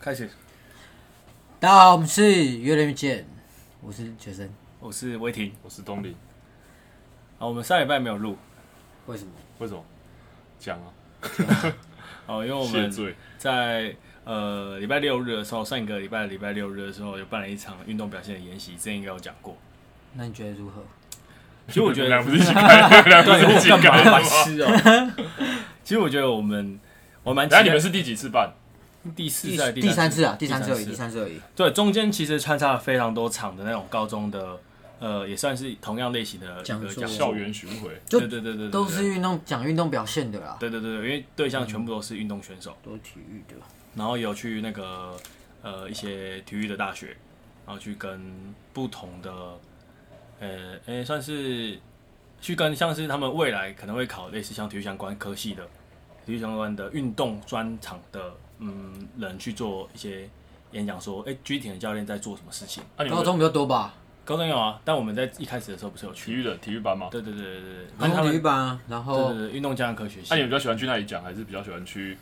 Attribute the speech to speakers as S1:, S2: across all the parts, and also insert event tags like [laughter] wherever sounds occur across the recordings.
S1: 开始，
S2: 大家好，我们是约人遇见，我是学生。
S1: 我是威霆
S3: 我是东林，
S1: 啊。我们上礼拜没有录
S2: 为什么？
S3: 为什么？讲啊，
S1: 哦，因为我
S3: 谢
S1: 们
S3: 罪，
S1: 在呃礼拜六日的时候，上一个礼拜礼拜六日的时候有办了一场运动表现的研习，之前应该有讲
S3: [laughs]
S1: 过。
S2: 那你觉得如何？
S1: 其实我觉得
S3: 俩不是
S1: [laughs]
S3: 一起开，俩不是一起
S1: 对，我干
S3: 开
S1: 嘛白
S3: [laughs] 吗？
S1: 痴哦？ [laughs] 其实我觉得我们我蛮期待
S3: 然后你们是第几次办？
S1: 第四在
S2: 第三次啊，第三
S1: 三
S2: 次而已，第三次而已。
S1: 对，中间其实穿插了非常多场的那种高中的，呃，也算是同样类型的一
S2: 讲
S1: 个
S2: 座
S1: 讲
S3: 校，园巡回，
S2: 就
S1: 对对对对，对
S2: 都是运动讲运动表现的啦，
S1: 对对对对，因为对象全部都是运动选手，
S2: 都体育的。
S1: 然后有去那个呃一些体育的大学，然后去跟不同的，呃，诶，算是去跟像是他们未来可能会考类似像体育相关科系的，体育相关的运动专场的，嗯，人去做一些演讲，说，哎，具体的教练在做什么事情。
S3: 啊，你
S2: 高
S3: 们
S2: 中比较多吧，
S1: 高中有啊，但我们在一开始的时候不是有
S3: 体
S1: 去？
S3: 育的体育班吗？
S1: 对对对对对，
S2: 高
S1: 反正他
S2: 中体育
S1: 们
S2: 班啊，然
S1: 对对
S2: 后
S1: 对运动加上科学
S3: 啊那
S1: 系，
S3: 你们比较喜欢去那里讲，还是比较喜欢去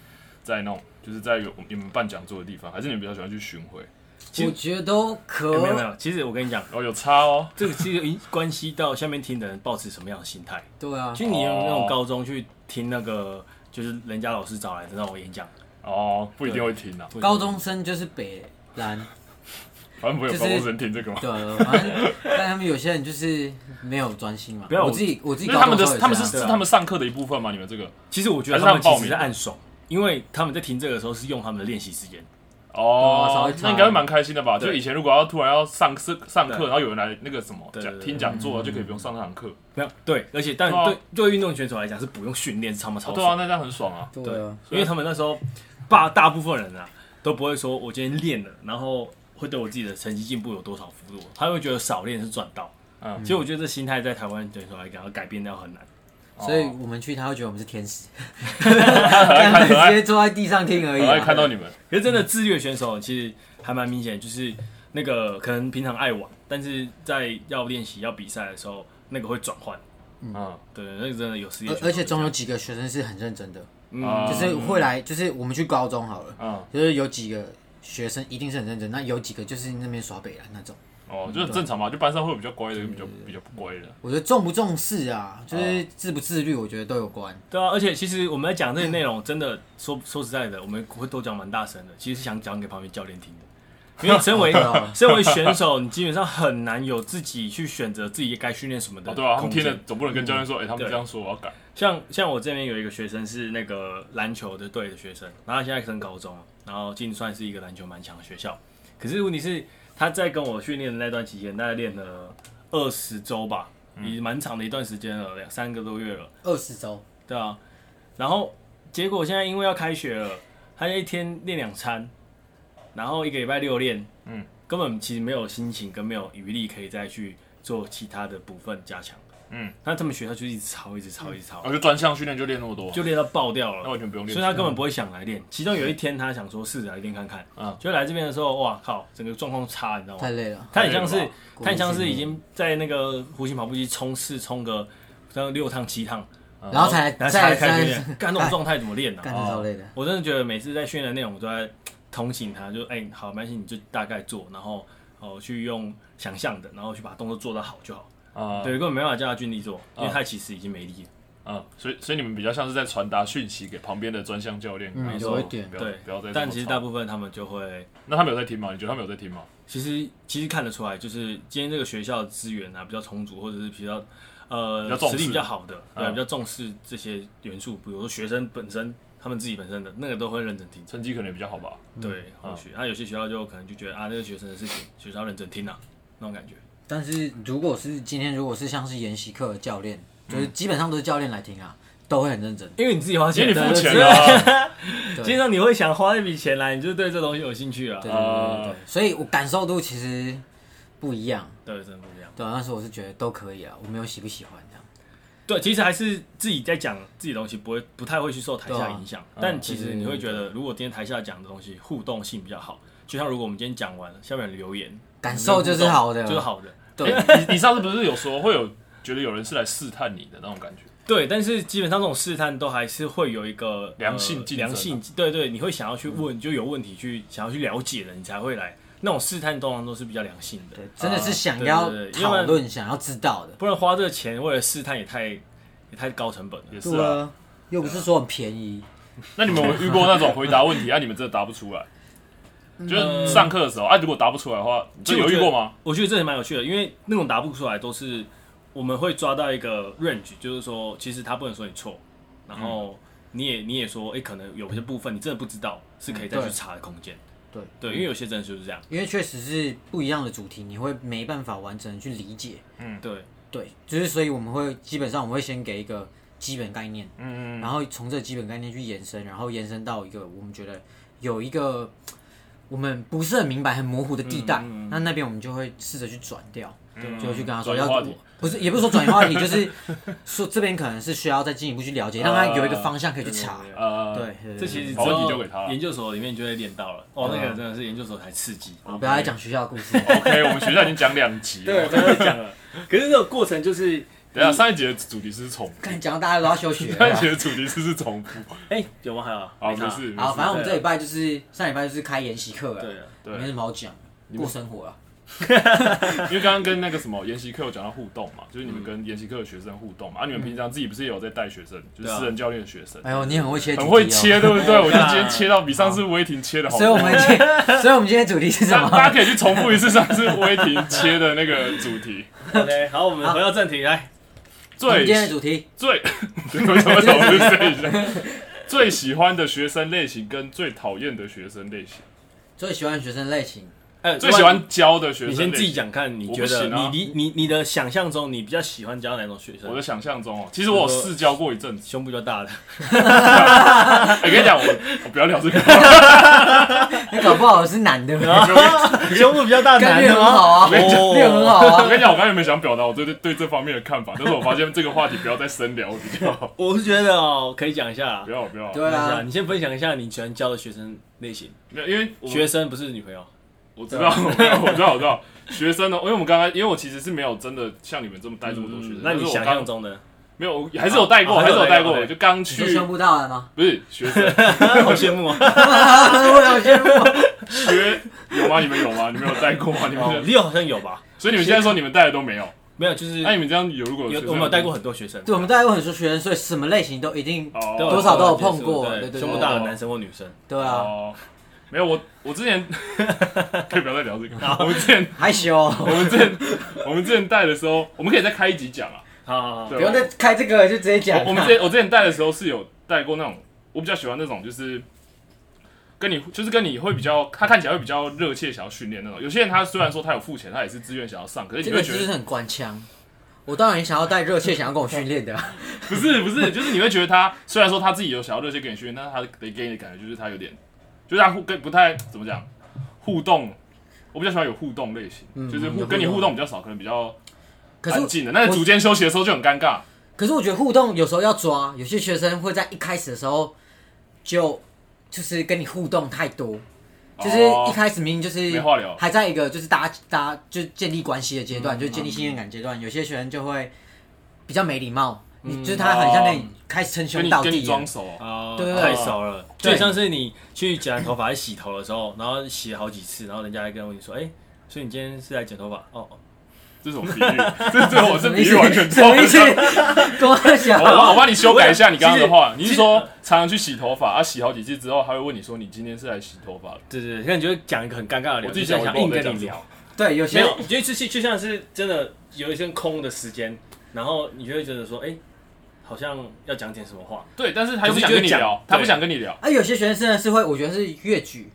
S3: 在那种就是在有你们办讲座的地方，还是你们比较喜欢去巡回？
S1: 其实
S2: 我觉得都
S1: 诶没有没
S2: 可
S1: 有，其实我跟你讲，
S3: 哦，有差哦，
S1: 这个其实影关系到下面听的人保持什么样的心态。
S2: 对啊
S1: 其，实你用
S3: 哦
S1: 那种高中去听那个，就是人家老师找来的那种演讲，
S3: 哦，不一定会听啊，
S2: 高中生就是北蓝，
S3: 反正不会有
S2: 就是
S3: 高中生听这个嘛。
S2: 对啊，反正但他们有些人就是没有专心嘛。
S1: 不要
S2: 我
S1: 我
S2: 自己我自己
S3: 那
S2: 高
S3: 他们
S2: 中
S3: 的
S2: 时候也
S3: 他们是
S2: 这
S1: 对啊
S2: 样
S3: 是他们上课的一部分吗？你们这个
S1: 其实我觉得
S3: 还是
S1: 他们
S3: 他们
S1: 其
S3: 报
S1: 实
S3: 名
S1: 在暗爽，因为他们在听这个的时候是用他们的练习时间。
S2: 对啊稍
S3: 哦
S2: 微，差
S3: 那应该会蛮开心的吧？
S1: 对
S3: 就以前如果要突然要上课上课，
S1: 对
S3: 然后有人来那个什么
S1: 对对
S3: 讲
S1: 对嗯
S3: 听讲座，就可以不用上那堂课。
S1: 没有对，而且但
S3: 对啊
S1: 对对运动选手来讲是不用训练，是他们
S3: 哦
S1: 超
S3: 对啊，
S1: 爽。
S3: 那这样很爽啊。
S2: 对啊，
S1: 因为他们那时候大大部分人啊都不会说我今天练了，然后会对我自己的成绩进步有多少幅度，他会觉得少练是赚到。
S3: 嗯
S1: 其实我觉得这心态在台湾选手来讲要改变掉很难。
S2: 所以
S3: 哦
S2: 我们去他会觉得我们是天使，
S3: 很
S2: [laughs]
S3: 爱
S2: 他们
S3: 看，很
S2: 直
S3: 爱
S2: 接坐在地上听而已
S3: 很爱
S2: 啊。
S3: 看到你们。
S1: 可是真的自律的选手其实还蛮明显，就是那个可能平常爱玩，但是在要练习要比赛的时候，那个会转换。
S3: 嗯，
S1: 对，那个真的有实力选手
S2: 而而且总有几个学生是很认真的，
S1: 嗯
S3: 啊
S2: 就是会来，就是我们去高中好了，
S3: 嗯，
S2: 就是有几个学生一定是很认真，那有几个就是那边耍北兰那种。
S1: 嗯
S3: 哦，就是很正常嘛，就班上会有比较乖的，跟比较比较不乖的。
S2: 我觉得重不重视啊，就是
S1: 哦
S2: 自不自律，我觉得都有关。
S1: 对啊，而且其实我们在讲这些内容，真的说说实在的，我们会都讲蛮大声的，其实是想讲给旁边教练听的。因为
S3: [laughs] 哦
S1: 身为 [laughs]
S3: 啊
S1: 身为选手，你基本上很难有自己去选择自己该训练什么的
S3: 哦，
S1: 空间。嗯
S3: 对啊，他们听了总不能跟教练说，哎，他们
S1: 对
S3: 这样说我要改。
S1: 像像我这边有一个学生是那个篮球的队的学生，然后他现在升高中了，然后进算是一个篮球蛮强的学校。可是问题是他在跟我训练的那段期间，大概练了二十周吧，
S3: 嗯
S1: 也蛮长的一段时间了，两三个多月了，
S2: 二十周，
S1: 对啊。然后结果现在因为要开学了，他一天练两餐，然后一个礼拜六练，
S3: 嗯，
S1: 根本其实没有心情跟没有余力可以再去做其他的部分加强。
S3: 嗯，
S1: 那他们学校就一直抄，一直抄，一直抄
S3: 哦我，就专项训练就练那么多，
S1: 就练到爆掉了
S3: 那。完全不用
S1: 所以
S3: 练。
S1: 他根本不会想来练。其中有一天，他想说试着来练看看，
S3: 嗯
S1: 就来这边的时候，哇靠，整个状况差，你知道
S2: 太
S1: 吗？
S2: 累了。
S1: 他很像
S3: 太累
S1: 是
S3: 了吧，
S1: 他很像是已经在那个弧形跑步机冲刺冲个像六趟七趟，
S2: 然后才
S1: 然后
S2: 再
S1: 哦才开始哦
S2: 再
S1: 练，干那种状态怎么练呢、
S2: [laughs]
S1: 啊
S2: 干得超累的。
S1: 我真的觉得每次在训练内容，我都在同情他，就哎、好，没关系，你就大概做，然后哦去用想象的，然后去把动作做到好就好。
S3: 啊，
S1: 对，根本没办法叫他尽力做，因为
S3: 嗯
S1: 他其实已经没力了。
S3: 嗯，所以所以你们比较像是在传达讯息给旁边的专项教练，
S2: 嗯
S3: 跟他
S2: 有
S3: 说
S2: 一点
S3: 不要
S1: 对
S3: 不要再这么，
S1: 但其实
S3: 吵
S1: 大部分他们就会。
S3: 那他们有在听吗？你觉得他们有在听吗？
S1: 其实其实看得出来，就是今天这个学校的资源啊比较充足，或者是比较呃
S3: 比较重
S1: 实
S3: 视
S1: 力比较好的，对，
S3: 嗯
S1: 比较重视这些元素，比如说学生本身他们自己本身的那个都会认真听，
S3: 成绩可能也比较好吧？
S1: 对，或许啊那、有些学校就可能就觉得啊，那个学生的事情，学校认真听啊，那种感觉。
S2: 但是如果是今天，如果是像是研习课的教练，
S1: 嗯
S2: 就是基本上都是教练来听啊，都会很认真。
S1: 因为你自己花
S3: 因
S1: 钱，
S3: 为你付钱
S1: 对 [laughs]
S3: 了啊，
S1: 对基本上你会想花那笔钱来，你就对这东西有兴趣啊。
S2: 对对
S1: 对，
S2: 对对
S3: 啊
S2: 对，所以我感受度其实不一样。
S1: 真的不一样。
S2: 对啊，但是我是觉得都可以啊，我没有喜不喜欢这样。
S1: 对，其实还是自己在讲自己的东西，不会不太会去受台
S2: 对
S1: 下
S2: 啊
S1: 影响。
S3: 嗯
S1: 但其实你会觉得，如果今天台下讲的东西互动性比较好，就像如果我们今天讲完了，下面有留言，
S2: 感受哦就是好的
S1: 就是好的。
S2: 对，
S3: 你你上次不是有说会有觉得有人是来试探你的那种感觉？
S1: 对，但是基本上这种试探都还是会有一个
S3: 良性
S1: 呃
S3: 竞争啊
S1: 良性，对对，你会想要去问，就有问题去想要去了解了，你才会来。那种试探通常都是比较良性的，
S2: 对，真的是想要
S1: 啊对对对因为
S2: 讨论、想要知道的。
S1: 不然花这个钱为了试探也太也太高成本了。
S3: 也是
S2: 对
S3: 啊。
S2: 啊，又不是说很便宜。
S3: 那你们有遇过那种回答问题，啊，你们真的答不出来？
S2: 嗯
S3: 就是上课的时候，啊，如果答不出来的话，你就有遇过吗？
S1: 我觉得这也蛮有趣的，因为那种答不出来都是我们会抓到一个 range，就是说其实他不能说你错，
S2: 嗯
S1: 然后你也你也说，哎、可能有些部分你真的不知道，是可以再
S2: 嗯对
S1: 去查的空间。
S2: 对
S1: 对，因为有些真的就是这样。
S2: 因为确实是不一样的主题，你会没办法完整的去理解。
S1: 对，
S2: 对，就是所以我们会基本上我们会先给一个基本概念，
S3: 嗯，
S2: 然后从这个基本概念去延伸，然后延伸到一个我们觉得有一个我们不是很明白、很模糊的地带，
S3: 嗯
S2: 那那边我们就会试着去转掉，就会去跟他说
S3: 转移
S2: 要
S3: 话题
S2: 不是也不是说转移话题，就是说这边可能是需要再进一步去了解，让他有一个方向可以去查。
S1: 对对对
S3: 呃，
S2: 对，对
S1: 这其实
S2: 对
S1: 只
S3: 把问题
S1: 有
S3: 丢给他了
S1: 研究所里面就会练到了。哦，那
S2: 啊
S1: 个真的是研究所才刺激。 [laughs]
S2: 不要再讲学校的故事。
S3: [laughs] OK，我们学校已经讲两集了。
S1: 刚才讲了，可是这个过程就是，
S3: 等一下上一集的主题是重复，
S2: 看讲到大家都要休学
S3: 上一 [laughs]
S2: 了。
S3: 集的主题是是
S2: [laughs]
S3: 重复。
S1: 哎，有吗？还有啊，
S3: 好，
S1: 没差
S3: 没事，没
S2: 好，
S3: 事。
S2: 反正我们这礼拜就是上礼拜就是开研习课了，
S1: 对啊，
S3: 对
S2: 没什么好讲，过生活了。
S3: 因为刚刚跟那个什么研习课有讲到互动嘛，就是你们跟研习课的学生互动嘛，啊，你
S2: 嗯
S3: 们平常自己不是也有在带学生，就是
S1: 对啊
S3: 私人教练的学生，
S2: 哎呦，你很会切主题、哦，
S3: 很会切，对不
S2: [laughs]
S3: 对？我
S1: 对
S3: 就
S1: 啊
S3: 今天切到比上次威霆切的好
S2: 嗯所以我
S3: 多。
S2: 们今
S3: [laughs]
S2: 天，所以我们今天主题是什
S3: 大大家
S2: 么？
S3: 可以去重复一次上次威霆切的那个主题，
S1: OK，好，我们回到正题来。
S2: 我们
S3: 最
S2: 今天的主题
S3: 最为什么总是这一下？ [laughs] 最喜欢的学生类型跟最讨厌的学生类
S1: [laughs]
S3: 型，
S2: 最喜欢的学生类型，
S1: 哎，
S3: 最喜欢教的学
S1: 你
S3: 生
S1: 先
S3: 类
S1: 自己
S3: 型。
S1: 讲看，你
S3: 我
S1: 觉
S3: 不
S1: 得
S3: 行啊
S1: 你你你你的想象中，你比较喜欢教哪种学
S3: 我
S1: 生
S3: 的？想象中哦，其实我有试教过一阵子。哎
S1: 胸部比较大的， [laughs]
S3: 我跟你讲，我我不要聊
S1: [laughs]
S3: 这个，
S2: 你搞不好是男的，
S3: 哦
S1: 啊胸部比较大的
S2: 感
S1: 男
S2: 觉
S1: 的
S2: 很
S1: 吗？
S2: 好啊，
S1: 没错
S2: 这个很好
S3: 我
S2: 啊。
S3: 跟你讲，我刚才有没有想表达我对对对这方面的看法？但是我发现这个话题不要再深聊比较好，
S1: 我是觉得哦，可以讲一下啊
S3: 不。要不要，
S2: 对
S1: 讲一下
S2: 啊，
S1: 你先分享一下你喜欢教的学生类型，
S3: 没有因为我
S1: 学生不是女朋友。
S3: 我知道，我知道，我知道，我知道。学生哦呢？因为我们刚刚，因为我其实是没有真的像你们这么带这么多学生，
S1: 嗯那
S3: 嗯但是
S1: 你
S3: 我
S1: 想
S3: 刚
S1: 象中的？ [laughs]
S3: 没有，我还是有带过，
S1: 啊
S3: 还是有带
S1: 还是有带过
S3: 过。就刚
S2: 你说
S3: 去
S2: 宣布到了吗？
S3: 不是学生
S1: 好羡慕啊！
S3: [laughs]
S2: 我有宣布，
S3: 学有吗？你们有吗？你们有带过吗？你
S1: 哦
S3: 们
S1: 六好像有吧？
S3: 所以你们现在说你们带的都没有？
S1: 没有，就是
S3: 那你们这样有如果
S1: 有
S3: 学生
S1: 我们有带过很多学生，
S2: 对，我们大家有很多学生，所以什么类型都一定
S1: 对
S3: 哦
S2: 多少都有碰过
S1: 对
S2: 对对
S1: 胸部
S2: 对
S1: 大的
S3: 对
S1: 男生或女生。
S2: 对啊，
S3: 哦，没有我我
S1: [laughs]
S3: 之前可以不要再聊这个。我们之前
S2: 害羞，
S3: 我们之前我们之前带的时候，我们可以再开一集讲啊。
S1: 好好好，
S3: 对
S2: 不用再开这个，就直接讲
S3: 我。我
S2: [laughs]
S3: 们之前我之前带的时候是有带过那种，我比较喜欢那种就是跟你就是跟你会比较，他看起来会比较热切想要训练那种。有些人他虽然说他有付钱，他也是自愿想要上，可是
S2: 这
S3: 你
S2: 个
S3: 会
S2: 就
S3: 觉
S2: 是
S3: 得
S2: 很官腔。我当然也想要带热切想要跟我训练的啊，
S3: 不是
S2: [laughs]
S3: 不是，就是你会觉得他虽然说他自己有想要热切给你训练，但是他得给你的感觉就是他有点，就是他互跟不太怎么讲互动。我比较喜欢有互动类型，
S2: 嗯
S3: 就是
S2: 有
S3: 互
S2: 互动
S3: 跟你互动比较少，可能比较
S2: 可
S3: 安
S2: 是
S3: 静的。但是组间休息的时候就很尴尬。
S2: 可是我觉得互动有时候要抓，有些学生会在一开始的时候就就是跟你互动太多，就是
S3: 哦
S2: 一开始明明就是
S3: 没话聊嗯
S2: 还在一个就是大家大家就建立关系的阶段，就建立信任感阶段，有些学生就会比较没礼貌，你就是他很像跟你开始称
S3: 嗯哦跟
S2: 兄
S3: 你
S2: 道
S3: 跟你
S2: 弟了，[laughs]
S3: 装熟，
S1: 哦
S2: 对
S1: 太熟了，就
S2: 对
S1: 像是你去剪头发、洗头的时候，然后洗了好几次，然后人家还跟你说，哎、所以你今天是来剪头发哦？哦
S3: 这是什么比喻？ [laughs] 这这我
S2: 什
S3: 这
S2: 么
S3: 比
S2: 意
S3: 喻
S2: 思？
S3: 完全哦
S2: 什么意思
S3: 错了？？
S2: 多想
S3: 我帮我帮你修改一下你刚刚的话，
S1: 其
S3: 你
S1: 实
S3: 是说常常去洗头发啊，洗好几次之后，他会问你说你今天是来洗头发的？
S1: 对对对，那你就会讲一个很尴尬的聊，
S3: 我自己
S1: 就
S3: 想
S1: 是想
S3: 我也
S1: 硬
S3: 不知道
S1: 跟你
S3: 我在讲什
S1: 聊，
S2: 对，有
S1: 没
S2: 些
S1: 有，就就是就像是真的有一些空的时间，然后你就会觉得说，哎、好像要讲点什么话，
S3: 对，但是他又
S1: 可是
S3: 不想跟你
S1: 就是讲
S3: 聊，他
S1: 对
S3: 不想跟你聊。
S2: 啊，有些学生真的是会，我觉得是越举，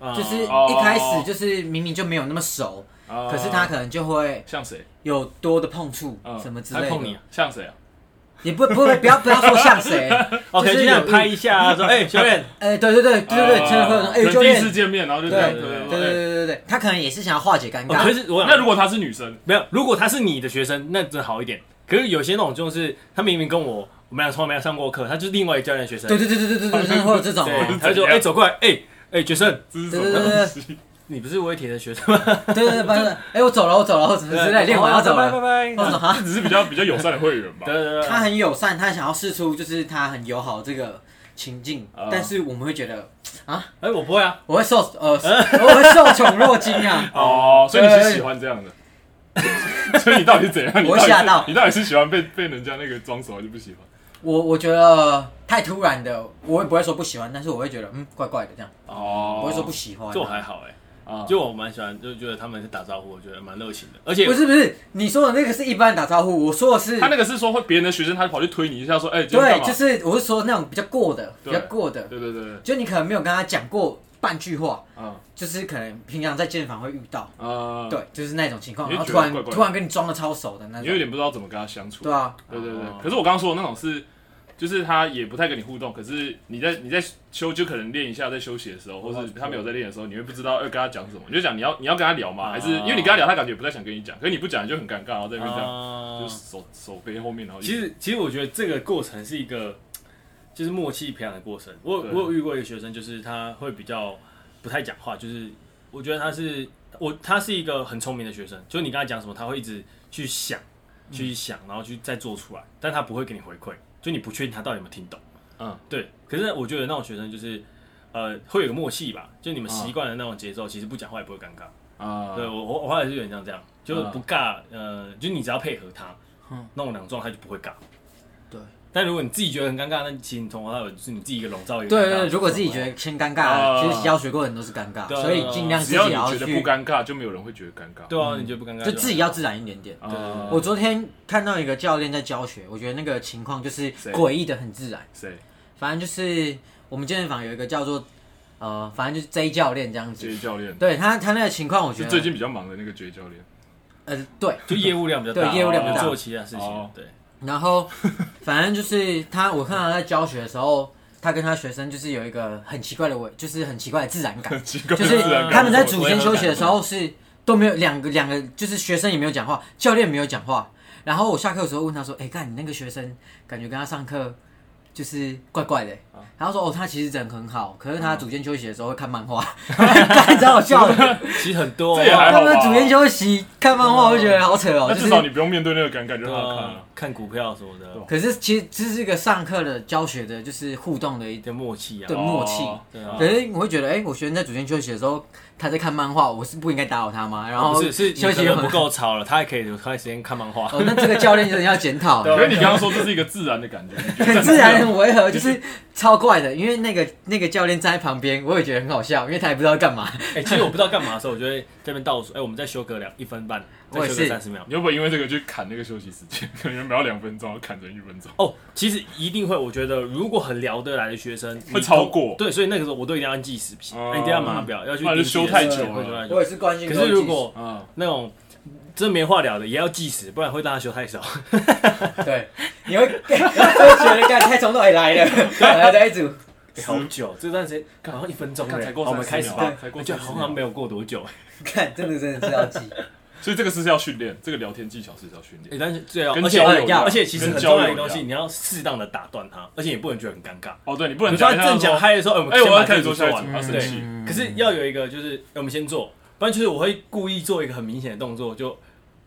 S1: 啊
S2: 就是
S3: 哦
S2: 一开始就是明明就没有那么熟，可是他可能就会
S3: 啊像谁？
S2: 有多的碰触
S3: 嗯
S2: 什么之
S1: 他
S2: 类
S1: 碰你
S2: 的
S1: 啊，
S3: 像谁啊？
S2: 也不不不不要不要说像
S3: [laughs]
S2: 谁
S1: OK，
S2: 就
S1: 就是想
S2: 有
S1: 拍一下啊，说，哎、教练，
S2: 哎，对对对对对对，
S3: 啊
S2: 真的会有那种
S3: 可
S2: 哎
S3: 能
S2: 教
S3: 第一
S2: 练，
S3: 次见面，然后就
S2: 对
S3: 这样
S2: 对
S1: 对
S2: 对
S3: 对
S2: 对
S3: 对。
S2: 对对，他可能也是想要化解尴
S1: 哦可
S2: 尬，
S1: 是我想
S3: 那如果他是女生，
S1: 没有，如果他是你的学生，那真的好一点。可是有些那种就是他明明跟我我们俩从来没有上过课，他就是另外一个教练的学生，
S2: 对对对对对对对，真的会有这种哦，
S1: 对，他就哎、走过来，哎、哎、学生，
S3: 这是什
S2: 对
S3: 么
S2: 对对
S3: 东西？
S1: 你不是威铁的学
S2: [laughs]
S1: 生吗？
S2: 对对对，不是，哎，我走了，我走了，我怎么之类，练
S3: 哦
S2: 完要走
S1: 哦拜
S2: 了。
S1: 拜
S2: 我
S1: 拜。
S2: 说哈，
S3: 只是比较比较友善的会员
S1: [laughs]
S3: 吧
S1: 对。对对，
S2: 他很友善，他想要试出就是他很友好这个情境
S3: 哦，。
S2: 但是我们会觉得
S1: 哎，我不会啊，
S2: 我会受呃，我会受宠若惊啊
S3: 哦，所以你是喜欢这样的， [laughs] 所以你到底怎样？你
S2: 我
S3: 到底是
S2: 吓到
S3: 你到底是喜欢被被人家那个装熟，还是不喜欢？
S2: 我我觉得太突然的，我也不会说不喜欢，但是我会觉得嗯，怪怪的这样，
S3: 哦
S2: 不会说不喜欢。
S1: 这我还好哎，
S3: 啊，
S1: 就我蛮喜欢，就觉得他们是打招呼，我觉得蛮热情的，而且
S2: 不是不是，你说的那个是一般打招呼，我说的是
S3: 他那个是说会别人的学生，他跑去推你一下，说：“哎，今天干
S2: 对，
S3: 嘛
S2: 就是我是说那种比较过的，比
S3: 对
S2: 较过的，
S3: 对对对对，
S2: 就你可能没有跟他讲过半句话，
S1: 啊
S3: 嗯
S2: 就是可能平常在健身房会遇到，
S3: 啊，，
S2: 对，就是那种情况，
S3: 你
S2: 然
S3: 就
S2: 后突
S3: 觉得
S2: 然
S3: 怪怪的
S2: 突然跟你装的超熟的那
S3: 你有
S2: 种，
S3: 点不知道怎么跟他相处。
S2: 对啊，
S3: 对对对
S1: 哦，
S3: 可是我刚刚说的那种是，就是他也不太跟你互动，可是你在你在休就可能练一下，在休息的时候，或是他没有在练的时候，你会不知道要跟他讲什么，你就讲你要你要跟他聊嘛，
S1: 哦
S3: 还是因为你跟他聊，他感觉不太想跟你讲，可是你不讲你就很尴尬，然后在那边这样
S1: 啊
S3: 就手手背后面，然后
S1: 其实，其实我觉得这个过程是一个，就是默契培养的过程。我
S3: 对
S1: 我有遇过一个学生，就是他会比较不太讲话，就是我觉得他是我他是一个很聪明的学生，就是你跟他讲什么，他会一直去想，去
S3: 嗯
S1: 想，然后去再做出来，但他不会给你回馈，就你不确定他到底有没有听懂。
S3: 嗯，
S1: 对。可是我觉得那种学生就是。呃，会有个默契吧，就你们习惯了那种节奏，其实不讲话也不会尴尬。
S3: 啊
S1: 对我，我我后来是有点像这样，就是不尬，呃，就你只要配合他，
S2: 嗯
S1: 那种两状态就不会尬。
S2: 对
S1: 但如果你自己觉得很尴尬，那其实你从头到尾就是你自己一个笼罩一个
S2: 对
S1: 尴尬
S2: 对，
S1: 的
S2: 如果自己觉得先尴尬，
S3: 啊
S2: 其实教学过程都是尴尬，
S1: 对啊
S2: 所以尽量自
S3: 只
S2: 己
S3: 要
S2: 也
S3: 你觉
S2: 去
S3: 得，不尴尬，就没有人会觉得尴尬。
S1: 对啊，你觉得不尴尬
S2: 嗯就自己要自然一点点。
S1: 对对
S3: 啊
S1: 对，
S2: 我昨天看到一个教练在教学，我觉得那个情况就是
S3: 谁
S2: 诡异的很自然。
S3: 谁
S2: 反正就是我们健身房有一个叫做呃，反正就是 J 教练这样
S3: 这
S2: 子
S3: 些。教练
S2: 对他他那个情况，我觉
S3: 是
S2: 得
S3: 最近比较忙的那个绝教练 [laughs]
S2: 呃对，
S1: 就业务量比较大，
S2: 对业务量比较大
S1: 有做其他事情
S3: 哦，
S1: 对，
S2: 然后反正就是他，我看他在教学的时候，他跟他学生就是有一个很奇怪的我，就是很奇怪的自然感，
S3: [laughs] 很奇怪，
S2: 就是
S3: 自然
S2: 他们在
S3: 感
S2: 组间休息的时候是都没有两个两个，就是学生也没有讲话，教练也没有讲话。然后我下课的时候问他说：“哎、看你那个学生，感觉跟他上课就是怪怪的、
S3: 啊
S2: 然后说：“哦，他其实人很好，可是他组间休息的时候会看漫
S3: [laughs]
S2: 画， [laughs] 太好笑了。
S1: 其实很多，啊
S3: 这也还
S2: 他
S3: 好吧
S2: 们组间休息看漫画，我就觉得好扯哦。
S3: 那
S2: 就
S3: 至
S2: 是
S3: 少你不用面对那个尴尬，就
S1: 对
S3: 让他
S2: 嗯
S3: 看
S1: 啊
S3: 了。
S1: 看股票什么的，
S2: 可是其实这是一个上课的教学的，就是互动的一
S1: 一点默契啊
S2: 对，默契
S3: 哦对啊
S2: 可是我会觉得，哎、我学生在组间休息的时候，他在看漫画，我是不应该打扰他吗？然后
S1: 不是是你
S2: 休息
S1: 可
S2: 又
S1: 能不。
S2: 很
S1: 够吵了，他还可以有开时间看漫画，
S2: 哦，那这个教练就是要检讨，
S1: 啊
S3: 因为你刚刚说这是一个自然的感觉，
S2: [laughs] 很自然、很违和，就是超怪的。因为那个那个教练站在旁边，我也觉得很好笑，因为他也不知道干嘛。
S1: [laughs] 哎，其实我不知道干嘛的时候，我就会这边倒数，哎，我们再休个两一分半，
S2: 我
S1: 再
S2: 也
S1: 休
S2: 是
S1: 个三十秒。
S3: 你会不会因为这个去砍那个休息时间？ [laughs] 可能原本要两分钟，要砍成一分钟。
S1: 哦，其实一定会，我觉得如果很聊得来的学生
S3: 会超过
S1: 对，所以那个时候我都一定要按计时器，
S3: 哦
S1: 哎一定要码表，要去
S2: 啊
S3: 不然就
S1: 盯自己
S3: 休
S1: 的
S3: 太
S1: 时
S3: 久
S1: 间会
S3: 了
S1: 休太久
S2: 我也是关心
S1: 可是如果
S3: 啊，
S1: 那种真没话聊的也要计时，不然会让他休太少。
S2: [laughs] 对，你会 [laughs] 会觉得干太冲动，也来了，然后在一组。
S1: 好久，这段时间好像一分钟
S3: 看
S1: 嘞
S3: 才过
S1: 好我们
S3: 30
S1: 开始吧
S3: 秒，才过
S1: 就
S3: 30
S1: 好像没有过多久。
S2: 看，真的真的是要记，
S3: 所以这个是要训练，这个聊天技巧是要训
S1: 哎，
S3: 练。
S1: 但是最好，
S3: 跟
S1: 而且
S3: 交
S2: 友一样
S1: 而且其实很
S3: 跟
S1: 重要
S3: 交
S1: 的
S3: 友
S1: 一个东西，
S3: 一样
S1: 你要适当的打断他，而且也不能觉得很尴尬。
S3: 哦，对你不能
S1: 你说
S3: 讲
S1: 他正讲
S3: 嗨，
S1: 嗨的时候，哎，我们
S3: 哎，我
S1: 先把
S3: 要开始
S1: 这
S3: 做
S1: 个
S3: 下一
S1: 完
S3: 组，他生
S1: 对
S3: 气。
S1: 可是要有一个，就是哎我们先做，不然就是我会故意做一个很明显的动作，就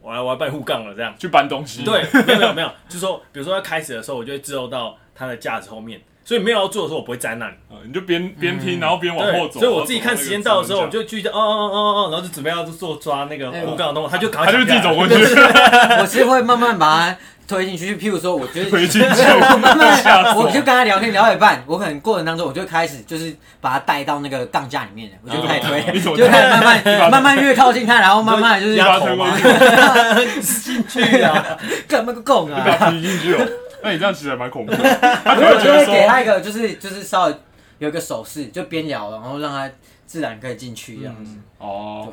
S1: 我来我要办护杠了这样。
S3: 去搬东西，，
S1: 对，没有没有没有，就是说，比如说要开始的时候，我就会滞后到他的架子后面，所以没有要做的时候，我不会站那里。
S3: 啊你就边边听，然后边往
S1: 嗯对，
S3: 后走。
S1: 所以我自己看时间到的时候，我
S3: 就
S1: 就聚焦，哦哦哦哦哦，然后就准备要做抓那个
S2: 哎
S1: 护杠的动作，他就赶
S3: 他
S1: 快
S3: 就自己走
S1: 过
S3: 过去，
S2: 我是会慢慢把它推进去。譬如说，我觉得
S3: 回去就吓
S2: [laughs]
S3: 死
S2: 我就跟他聊天聊到一半，我可能过程当中我就开始就是把他带到那个杠架里面了，我就开始推，
S3: 啊你怎么
S2: 就开始慢慢慢慢越靠近他，然后慢慢就是
S1: 压
S3: 把
S1: 头
S3: 推过
S1: 吗？
S3: 去，
S2: 去啊， [laughs] 干嘛个拱
S3: 把
S2: 啊？
S3: 他推进去哦。那你这样其实还蛮恐怖，
S1: [laughs]
S3: 他
S2: 所
S3: 可
S2: 以
S3: 能
S2: 我
S3: 会觉
S2: 就
S3: 得
S2: 会给他
S3: 说，
S2: 一个就是就是稍微有一个手势，就边聊，然后让他自然可以进去这样子。
S3: 哦，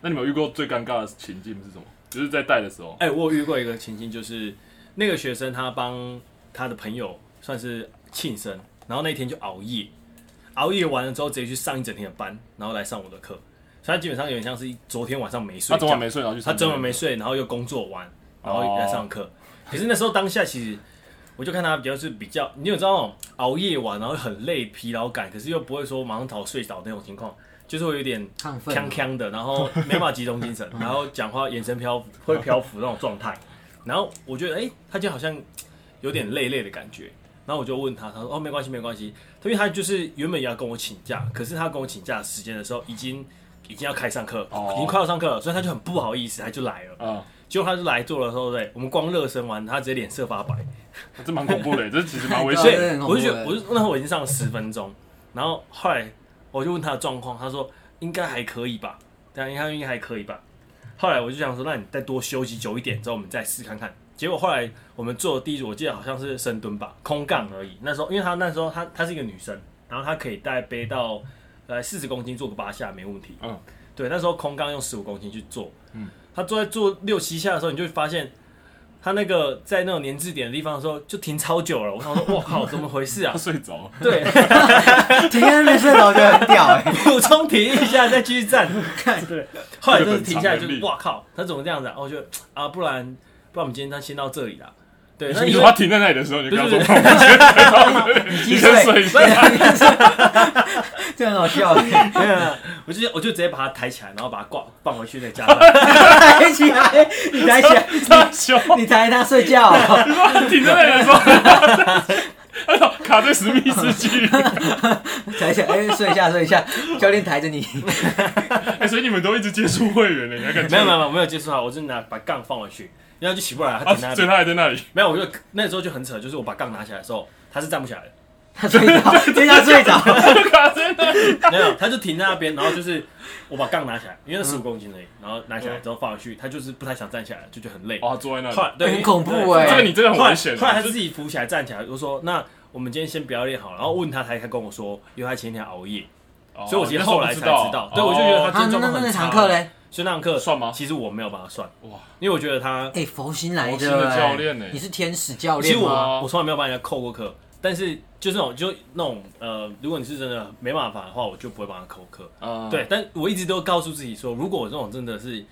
S3: 那你们遇过最尴尬的情境是什么？就是在带的时
S1: [laughs]
S3: 候，
S1: 哎、我有遇过一个情境，就是那个学生他帮他的朋友算是庆生，然后那天就熬夜，熬夜完了之后直接去上一整天的班，然后来上我的课，所以他基本上有点像是昨天晚上没睡
S3: 他
S1: 觉，
S3: 昨晚没睡，然后去
S1: 他整晚没
S3: 睡。
S1: 睡，然后又工作完，然后来上课。可是那时候当下其实，我就看他比较是比较，你有知道那种熬夜完然后很累疲劳感，可是又不会说马上逃睡着那种情况。就是会有点
S2: 亢奋
S1: 锵
S2: 嘛，
S1: 锵的，然后没办法集中精神，然后讲话眼神漂浮，会漂浮那种状态。然后我觉得，哎、他就好像有点累累的感觉。然后我就问他，他说：“哦，没关系，没关系。”因为他就是原本也要跟我请假，可是他跟我请假的时间的时候，已经已经要开上课，
S3: 哦
S1: 已经快要上课了，所以他就很不好意思，他就来了。
S3: 啊，
S1: 结果他就来做了之后，对不对，我们光热身完，他直接脸色发白。
S3: 这蛮恐怖的，欸这其实蛮危
S1: 所
S3: 险
S1: 以
S2: 对啊真的很恐怖
S1: 我就觉得，
S2: 欸
S1: 我就那时候我已经上了十分钟，然后后来我就问他的状况，他说应该还可以吧，对啊，应该应该还可以吧。后来我就想说，那你再多休息久一点，之后我们再试看看。结果后来我们做的第一组，我记得好像是深蹲吧，空杠而已。那时候，因为她那时候她她是一个女生，然后她可以带背到呃四十公斤做个八下没问题。
S3: 嗯，
S1: 对，那时候空杠用十五公斤去做，嗯，她坐在做六七下的时候，你就会发现她那个在那种粘滞点的地方的时候就停超久了。我想说，哇靠，怎么回事啊
S3: [laughs] 他？睡着了，
S1: 对，
S2: 停啊在那边睡着就很屌哎、
S1: 补充停一下再继续
S3: [laughs]
S1: 站。对，后来就是停下来就
S3: 日本
S1: 是
S3: 常
S1: 哇靠，他怎么这样子啊？然后我就啊，不然不然我们今天先到这里啦。对，那
S3: 你
S1: 因
S3: 说
S1: 为
S3: 他停在那里的时候，你就跟他说
S1: 不是
S3: 我们先你先睡一下，
S2: [laughs] 这很好笑哎、 [laughs]
S1: 没有没有我就我就直接把它抬起来，然后把它挂放回去那个
S3: [laughs]
S1: 架上。
S2: 抬起来，你抬起来，
S3: 他笑。
S2: 你抬他睡觉、哦
S3: 你说他停在那里的时候，他说卡在十米之距离，
S2: [laughs] 抬起来，哎、睡一下，睡一下，教练抬着你，
S3: 哎，所以你们都一直接触会员呢，你还敢
S1: 没有没有没有，我没有接触他，我就拿把杠放回去，然后就起不来，他
S3: 啊？
S1: 停在那
S3: 所以
S1: 边。
S3: 他还在那里，
S1: 没有，我就那时候就很扯，就是我把杠拿起来的时候，他是站不起来的。
S2: 他睡着，真的睡着，
S3: 卡在那里，
S1: 没有，他就停在那边，然后就是我把杠拿起来，因为十五公斤而已，然后拿起来之后放回去，他就是不太想站起来，就觉得很累。
S3: 哦，他坐在那
S1: 后
S3: 里，
S1: 来对，
S2: 很恐怖
S1: 对
S2: 欸
S3: 这个你真的
S1: 后
S3: 很
S1: 来
S3: 危险啊。
S1: 后来他自己扶起来站起来，我就说：“那我们今天先不要练好了。”然后问他，他才跟我说，因为他前一天熬夜，
S3: 哦
S1: 所以我其实
S3: 那时候
S1: 后
S3: 不
S1: 来才
S3: 道
S1: 知道对我就觉得他
S2: 啊，那那那堂课嘞，
S1: 所以那堂课
S3: 算吗
S1: 其实我没有把它算
S3: 哇，
S1: 因为我觉得他，
S2: 哎、佛心来
S3: 佛心
S2: 着、
S3: 的教练欸
S2: 你是天使教
S1: 其
S2: 练
S1: 实
S2: 吗？
S1: 我我从来没有帮人家扣过课，但是就那种就那种呃，如果你是真的没办法的话，我就不会帮他扣课。
S2: 嗯
S3: 啊，
S1: 对，但我一直都告诉自己说，如果我这种真的是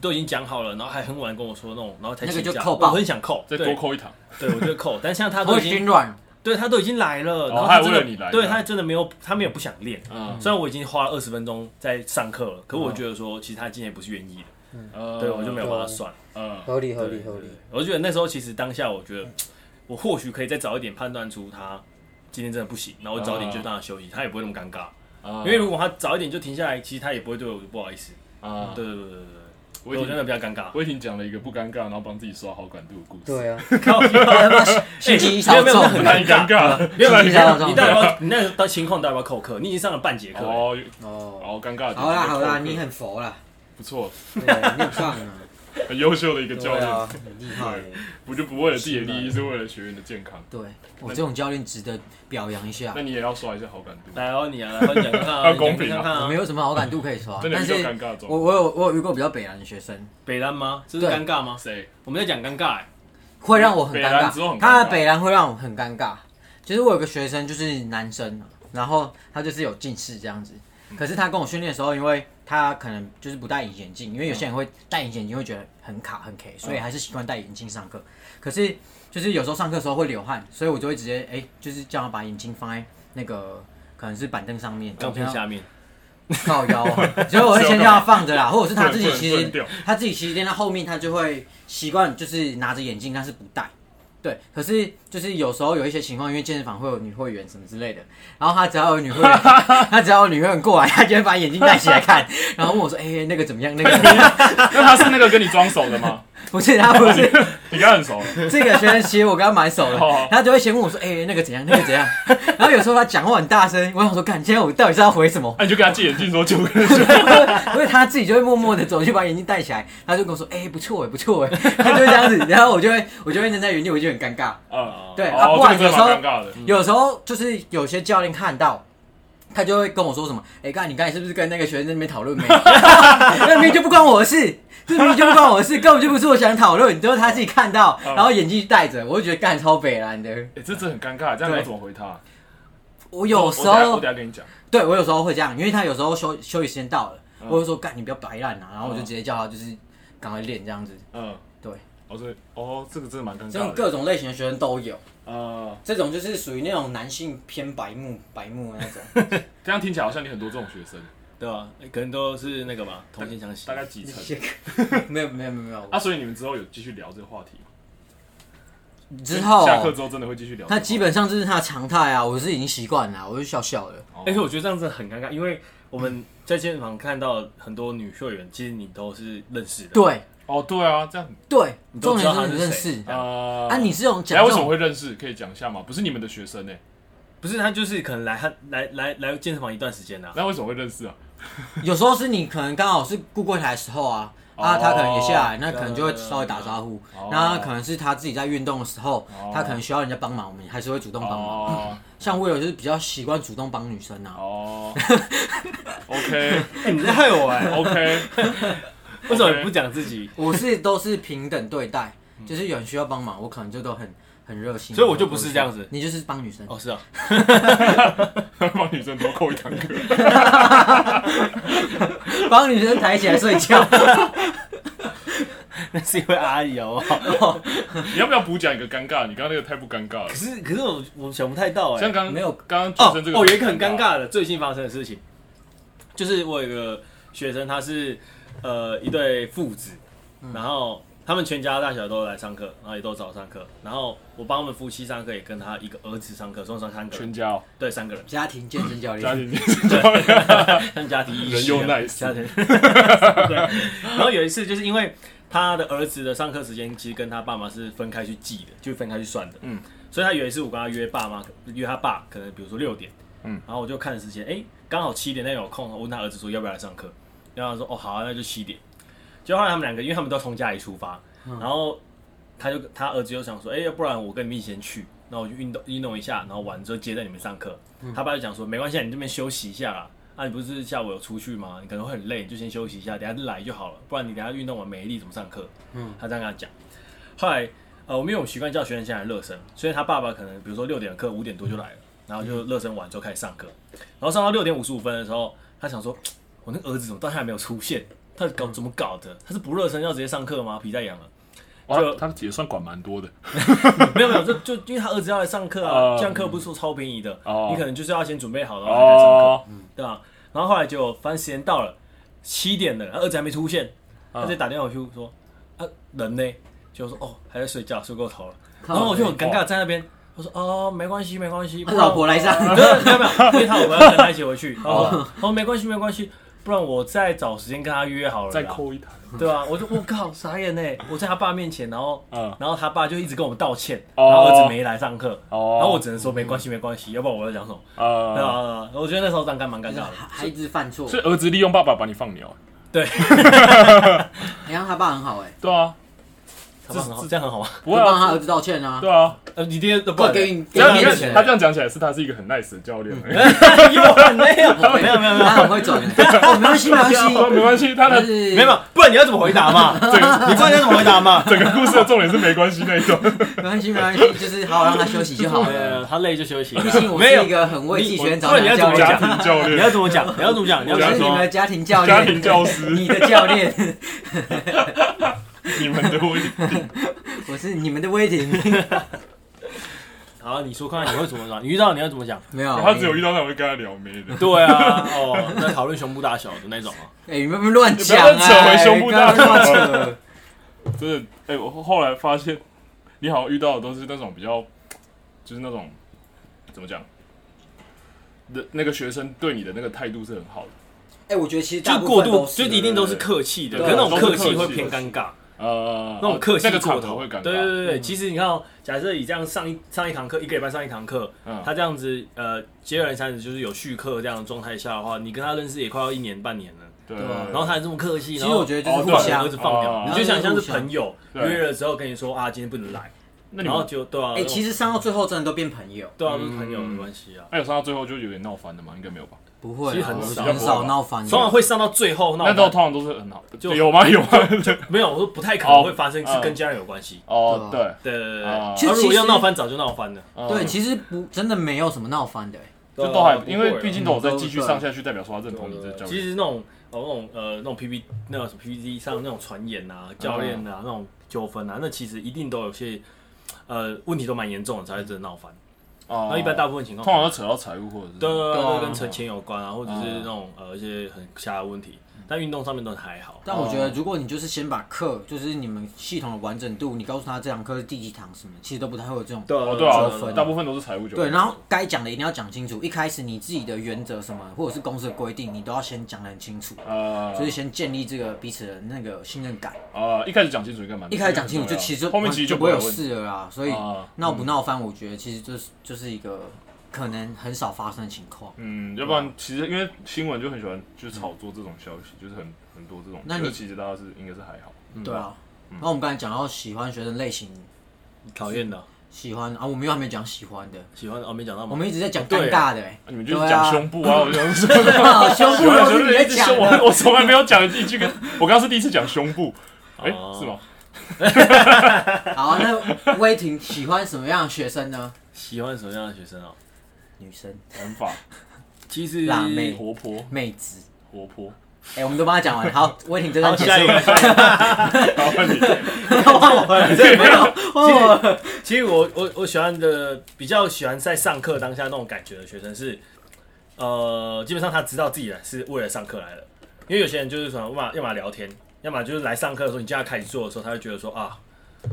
S1: 都已经讲好了，然后还很晚跟我说那种，然后才
S2: 那个
S1: 请假
S2: 就扣
S1: 我
S2: 爆
S1: 很想扣，
S3: 再多
S1: 对，
S3: 扣一堂，
S1: 对我就
S2: [laughs]
S1: 扣。但像他
S2: 我
S1: 都
S2: 会
S1: 已经
S2: 心软，
S1: 对他都已经来了，
S3: 哦
S1: 然后
S3: 他
S1: 他
S3: 也
S1: 真
S3: 为
S1: 的
S3: 了你来
S1: 对
S3: 的
S1: 他真的没有，他没有不想练。
S3: 嗯
S1: 虽然我已经花了二十分钟在上课了，可我觉得说，其实他今天也不是愿意的，对我就没有帮他算。
S3: 嗯，
S2: 合哦理合
S1: 对对对。我就觉得那时候其实当下，我觉得我或许可以再早一点判断出他今天真的不行，然后我早一点就让他休息，他也不会那么尴尬。
S3: 因
S2: 哦
S1: 因为如果他早一点就停下来，其实他也不会对我不好意思。
S3: 啊，
S1: 对对对对对对，
S3: 我已
S1: 我真
S3: 经
S1: 的比较尴尬。
S3: 我已经讲了一个不尴尬，然后帮自己刷好感度的故事，，
S2: 对啊，
S1: [laughs] 靠腰
S2: 心机一
S1: 没
S2: 扫
S1: 有没有
S2: 中
S1: 那，很
S3: 蛮尴尬的，
S1: 没有
S2: 心
S3: [laughs]
S1: 没
S2: 机一
S1: 有，
S2: 扫
S1: 你
S2: 中
S1: 到底，要不要你那个情况到底要不要扣课？你已经上了半节课了，
S3: 哦，
S2: 哦，
S3: 好尴尬的地方。
S2: 好啦好啦，
S3: 扣分
S2: 你很佛啦，
S3: 不错，
S2: 对，你很棒啊，
S3: 很优秀的一个教
S2: 对
S3: 练
S2: 啊，，很厉害欸。
S3: 我就不为了自己的利益，是为了学员的健康。
S2: 对，我这种教练值得表扬一下
S3: 那。你也要刷一下好感度，
S1: 来哦你啊，来帮你讲看看啊，[laughs]
S3: 要
S1: 你
S3: 公
S1: 讲
S3: 平啊
S1: 看看
S2: 我
S1: 啊
S2: 没。有什么好感度可以刷，
S3: 真的
S2: 啊但
S3: 遇
S2: 是
S3: 到尴尬的状
S2: 我
S3: 况。
S2: 我有我有遇过比较北蓝的学生，
S1: 北兰吗？这是
S2: 对
S1: 尴尬吗？
S3: 谁？
S1: 我们在讲尴尬欸，
S2: 会让我很
S3: 北
S2: 尴
S3: 兰之后
S2: 尬。
S3: 很尴尬
S2: 他的北蓝会让我很尴尬。就是我有个学生，就是男生，然后他就是有近视这样子。
S3: 嗯
S2: 可是他跟我训练的时候，因为他可能就是不戴隐形眼镜，
S3: 嗯
S2: 因为有些人会戴隐形眼镜会觉得很卡很 K，所以还是习惯戴眼镜上课。可是就是有时候上课的时候会流汗，所以我就会直接哎、就是叫他把眼镜放在那个可能是板凳上面，
S1: 照片下面。
S2: 靠腰
S3: [laughs]
S2: 啊，所以我会先让他放着啦，或者是他自己其
S3: 不能
S2: 实
S3: 掉
S2: 他自己其实练到后面，他就会习惯就是拿着眼镜，但是不戴。对，可是就是有时候有一些情况，因为健身房会有女会员什么之类的，然后他只要有女会员，
S3: [laughs]
S2: 他只要有女会员过来，他就会把眼镜戴起来看，然后问我说：“哎、那个怎么样？那个怎么样
S3: 那他是那个跟你装熟的
S2: [laughs]
S3: 吗？
S2: 不是他不是
S3: 你跟他很熟，
S2: 这个学生，其实我跟他蛮熟的
S3: 哦，
S2: 他就会先问我说：‘哎、那个怎样？那个怎样？’ [laughs] 然后有时候他讲话很大声，我想说：‘干，今天我到底是要回什么？’
S3: 那你就给他借眼镜说九个人去。
S2: [laughs] 所以他自己就会默默的走去把眼镜戴起来，他就跟我说：“哎、不错哎，不错哎。” [laughs] 他就会这样子，然后我就会我就会愣在原地，我就很尴尬。
S3: 啊，
S2: 对啊
S3: 哦
S2: 不，然
S3: 这个
S2: 有时
S3: 真的
S2: 候嗯
S3: 蛮尴尬的。
S2: 有时候就是有些教练看到，他就会跟我说什么：“哎、刚你刚才是不是跟那个学生在那边讨论没？ [laughs] 那明明就不关我的事，这明明就不关我的事，根本就不是我想讨论，都是他自己看到，然后眼镜戴着，我就觉得干超北蓝的。
S3: 哎，这真的很尴尬，这样你要怎么回他？
S2: 我有
S3: 我
S2: 时
S3: 等下我
S2: 候
S3: 等下跟你讲。
S2: 对我有时候会这样，因为他有时候休休息时间到了，我就说：“干，你不要摆烂啊！”然后我就直接叫他就是赶快练这样子。
S3: 嗯，
S2: 对，
S3: 哦，所以哦，这个真的蛮尴
S2: 这种
S3: 尬的。
S2: 各种类型的学生都有，
S3: 啊，
S2: 这种就是属于那种男性偏白目白目的那种。
S3: [laughs] 这样听起来好像你很多这种学生。
S1: 对吧？诶可能都是那个吧，同性相吸。
S3: 大概几层？
S2: 没有没有没有没有
S3: 啊，，所以你们之后有继续聊这个话题吗？
S2: 之后
S3: 下课之后真的会继续聊这个
S2: 他
S3: 话题。
S2: 基本上这是他的常态啊，我是已经习惯了，我就笑笑的。
S1: 而哎且我觉得这样子很尴尬，因为我们在健身房看到很多女秀员，其实你都是认识的。
S2: 对
S3: 哦，对啊，这样
S2: 对
S1: 你，都
S2: 重
S1: 知
S2: 点
S1: 道
S2: 是
S1: 他
S2: 你
S1: 是
S2: 认
S1: 谁
S2: 识
S3: 啊
S2: 啊，你是用
S3: 哎，
S2: 讲
S3: 为
S2: 这
S3: 什么
S2: 种
S3: 会认识？可以讲一下吗？不是你们的学生呢、欸
S1: 不是他就是可能来他来来来健身房一段时间啦、
S3: 那为什么会认识啊？
S2: 有时候是你可能刚好是顾柜台的时候啊，啊，
S3: 哦
S2: 他可能也下来，那
S1: 对
S2: 可能就会稍微打招呼
S3: 哦。
S2: 那可能是他自己在运动的时候
S3: 哦，
S2: 他可能需要人家帮忙，我们还是会主动帮忙。
S3: 哦
S2: 像威尔就是比较习惯主动帮女生啊，
S3: 哦，OK
S1: [laughs] 哎、你在害我哎、
S3: OK，
S1: 为什么你不讲自己？
S2: [laughs] 我是都是平等对待，就是有人需要帮忙，我可能就都很很热心。
S1: 所以我就不是这样子
S2: 你就是帮女生。
S1: 哦，是啊，
S3: [laughs]
S1: [laughs]
S3: 帮女生多扣一堂课。
S2: 帮女生抬起来睡
S1: [laughs]
S2: 觉。
S1: 那是因为阿姨好不好？
S3: 你要不要补讲一个尴尬？你刚刚那个太不尴尬了
S1: 可。是可是我我想不太到哎、
S3: 像刚
S2: 没有
S3: 刚刚
S1: 哦
S3: 主持人这个
S1: 哦，有一个很尴，尬的最近发生的事情，就是我有一个学生，他是呃一对父子，
S3: 嗯
S1: 然后他们全家大小都来上课，然后也都早上课，然后我帮他们夫妻上课，也跟他一个儿子上课，总共三个人，
S3: 全家哦，
S1: 对，三个人，
S2: 家庭健身教
S3: 家
S2: 练，
S3: 庭
S1: [laughs] 他们家庭意识啊
S3: 人又 nice
S1: 家庭。 [laughs] 对，然后有一次就是因为他的儿子的上课时间其实跟他爸妈是分开去记的，就分开去算的，
S3: 嗯
S1: 嗯，所以他有一次我跟他约爸妈，约他爸，可能比如说六点，
S3: 嗯
S1: 嗯，然后我就看时间，哎、刚好七点那有空，我问他儿子说要不要来上课，然后他说哦好、啊，那就七点。结果后来他们两个，因为他们都从家里出发，然后他就他儿子就想说，哎、要不然我跟你们一起先去，那我就运动运动一下，然后完之后接着你们上课。他爸就讲说，没关系啊，你这边休息一下啦。啊，你不是下午有出去吗？你可能会很累，你就先休息一下，等下来就好了。不然你等下运动完没力怎么上课？嗯，他这样跟他讲。后来呃，我们有习惯叫学生先来热身，所以他爸爸可能比如说六点的课五点多就来了，然后就热身完之后开始上课，然后上到六点五十五分的时候，他想说，我那个儿子怎么到现在还没有出现？他搞怎么搞的？他是不热身要直接上课吗？皮太痒了？
S3: 哇
S1: 就，
S3: 他也算管蛮多的
S1: 没有没有，就就因为他儿子要来上课
S3: 哦
S1: 啊，这样课不是说超便宜的
S3: 哦，
S1: 你可能就是要先准备好，然后来上课。
S3: 哦。
S1: 对吧、然后后来就反正时间到了，七点了，他儿子还没出现，他就打电话回去说：“啊，人呢？”就说：“哦，还在睡觉，睡过头了。”
S2: 靠
S1: 然后我就很尴尬在那边，我说：“哦，没关系，没关系。”
S2: 他老婆来上，
S1: 不 [laughs] 然，没有没有，因为他我要跟他一起回去。哦，哦，没关系，没关系，不然我再找时间跟他约好了啦。
S3: 再扣一堂，
S1: 对啊吧、我就我靠，傻眼呢！我在他爸面前，然后
S3: 嗯
S1: 然后他爸就一直跟我们道歉，
S3: 哦
S1: 然后儿子没来上课，
S3: 哦
S1: 然后我只能说没关系，没关系，要不然我要讲什么？对
S3: 呃，
S1: 啊，对啊我觉得那时候尴尬，蛮尴尬的。
S2: 孩子犯错，
S3: 所以儿子利用爸爸把你放鸟，欸
S1: 对，
S2: 你让他爸很好哎，
S3: 对啊，
S1: 这样很好，这样很好吗？
S3: 不
S2: 就
S3: 会
S2: 帮
S3: 啊，
S2: 他儿子道歉啊，
S3: 对啊，
S1: 呃，你爹的
S2: 不给你给
S3: 这样
S2: 你
S3: 你
S2: 面
S3: 看
S2: 子
S3: 他这样讲起来是他是一个很 nice 的教练，
S1: 有没有 [laughs] 没有没有没
S2: 他很会转
S1: [laughs]
S2: 的，哦，没关系没关系，
S3: 哦没关系，他
S2: 就
S3: 的
S2: 是
S1: 有没有，不然你要怎么回答嘛？你不然你要怎么回答嘛？
S3: [laughs] 整个故事的重点是没关系那一
S1: [laughs]
S3: 段，
S2: 没关系没关系，就是好好让他休息就好了。
S1: 呃，他累就休息。
S2: 毕竟我
S1: 没
S2: 是
S1: 有
S2: 一，个很为自己学生着
S1: 不然你
S2: 想的
S1: 要怎
S2: 教
S1: 么
S2: 练，
S3: 家
S1: 讲
S3: 庭教
S1: 你要
S3: 练，
S1: 怎么讲？你要怎么讲？你
S2: 我
S1: 要
S3: 讲
S2: 是
S1: 怎
S2: 你
S1: 么
S2: 们的家庭教
S3: 家
S2: 练，
S3: 庭教
S2: [laughs]
S3: 师，
S2: 你的教练， [laughs]
S3: 你们的
S1: [laughs]
S3: 威力，
S2: 我是你们的威霆。
S1: 好，你说看看你会怎么讲？你遇到你要怎么讲？
S2: 没有，
S3: 他只有遇到那种会跟他聊妹的，
S1: 对啊，哦，在讨论胸部大小的那种啊。
S2: 哎，你们不要乱
S3: 不
S2: 讲
S3: 要
S2: 啊，
S3: 再扯回胸部大
S2: 不要乱
S3: 小
S2: 扯。
S3: 真的，哎、我后来发现，你好像遇到的都是那种比较，就是那种怎么讲，那那个学生对你的那个态度是很好的，
S2: 哎，我觉得其实
S1: 就
S2: 大部
S1: 过
S2: 分
S1: 度，
S2: 都
S1: 就是一定都是客气的，
S2: 对
S1: 可是那种
S3: 都是
S1: 客
S3: 客气
S1: 气会偏尴尬，
S3: 呃，
S1: 那种客气
S3: 那个
S1: 过
S3: 场合
S1: 头
S3: 会尴尬，嗯
S1: 对对对对，其实你看，哦，假设你这样上一上一堂课，一个礼拜上一堂课，
S3: 嗯
S1: 他这样子呃接二连三的，就是有续课这样的状态下的话，你跟他认识也快要一年半年了，
S3: 对
S2: 对啊
S1: 然后他还这么客气，
S2: 其
S1: 然
S2: 实
S1: 后
S2: 我觉得就是
S3: 哦
S2: 互
S3: 对
S1: 把
S2: 相
S1: 儿子。放
S3: 哦
S1: 掉，啊你就想像是朋友
S3: 然后就是互相
S1: 约了之后跟你说啊，今天不能来，
S3: 那你
S1: 然后
S3: 们，
S1: 就对啊，
S2: 哎，其
S1: 实
S2: 实上到最后真的都变朋友，
S1: 对啊，都是朋友
S3: 嗯
S1: 没关系啊，
S3: 那有上到最后就有点闹翻的吗？应该没有吧？
S2: 不会啊，
S1: 其实很
S2: 我
S1: 少
S2: 很少闹翻的。
S1: 通常会上到最后，那
S3: 那
S1: 我
S3: 都通常都是很好，
S1: 就
S3: 有吗？有吗？ [laughs]
S1: 没有，我说不太可
S3: 哦
S1: 能会发生，是
S3: 嗯
S1: 跟家人有关系。
S3: 哦，
S2: 对
S3: 对，
S1: 对对对对，
S3: 啊
S1: 啊
S2: 其实
S1: 如果要闹翻，早就闹翻了。
S3: 嗯
S2: 对，其实不真的没有什么闹翻的、欸
S3: 就都还，
S1: 对啊
S3: 因
S1: 不
S3: 为
S1: 会啊
S3: 毕竟都有在继续上下去，代表说他认同你这教
S1: 其
S3: 练。
S1: 实那种哦那种呃那种 PPT 那种什么 PPT 上那种传言啊、教练啊、那种纠纷啊，那其实一定都有些呃问题都蛮严重的，才会真的闹翻。
S3: 哦
S1: 那一般大部分情况
S3: 通常都扯到财务或者是
S1: 对对
S2: 对
S1: 对，
S2: 啊
S1: 都跟存钱有关啊，或者是那种呃一些很瞎的问题，但运动上面都还好。
S2: 但我觉得，如果你就是先把课，就是你们系统的完整度，你告诉他这堂课是第几堂什么，其实都不太会有这种。
S1: 对
S3: 哦
S1: 啊
S3: 对
S2: 纠
S3: 啊，
S2: 纷
S3: 大部分都是财务纠纷
S2: 对，然后该讲的一定要讲清楚。一开始你自己的原则什么，或者是公司的规定，你都要先讲得很清楚，
S3: 呃
S2: 所以先建立这个彼此的那个信任感。
S3: 呃，一开始讲清楚应该蛮啊
S2: 一开始讲清楚，就其实
S3: 后面其实
S2: 就
S3: 就
S2: 不会有
S3: 有问题
S2: 事了啦。所以
S3: 啊
S2: 闹不闹翻，我觉得其实就是就是一个可能很少发生的情况。
S3: 嗯，要不然其实因为新闻就很喜欢就是炒作这种消息，就是很很多这种。
S2: 嗯那你
S3: 可是其实大家是应该是还好，
S2: 对啊，然后我们刚才讲到喜欢学生类型，
S1: 讨厌的
S2: 喜欢啊，我们又还没讲喜欢的，
S1: 喜欢哦，没讲到
S2: 我
S1: 吗？
S2: 们一直在讲
S1: 对
S2: 尴尬的、欸，
S3: 你们就是
S2: 对
S3: 讲
S2: 啊
S3: 胸部
S2: [laughs]
S3: 啊，我想说
S2: 啊胸部都是你在
S3: 一直
S2: 讲啊
S3: 胸，
S2: 的
S3: 我我从来没有讲第一句跟，我刚刚是第一次讲胸部，哎，
S1: 哦
S3: 是吗？
S2: 好，那威婷 [laughs] 喜欢什么样的学生呢？
S1: 喜欢什么样的学生哦？
S2: 女生、
S3: 短发，
S1: 其实
S2: 辣妹
S3: 活泼，
S2: 妹子。
S1: [laughs]
S3: 活泼。
S2: 哎、我们都帮他讲完，好，威婷这段
S1: 好，
S2: 结
S1: 下一
S2: 束，
S1: 个。下一个
S3: 然后你
S2: 换我了，没有，换我了。
S1: 其实我我我喜欢的比较喜欢在上课当下那种感觉的学生是，呃，基本上他知道自己来是为了上课来的，因为有些人就是什么，要么要么聊天，要么就是来上课的时候，你叫他开始做的时候，他会觉得说啊，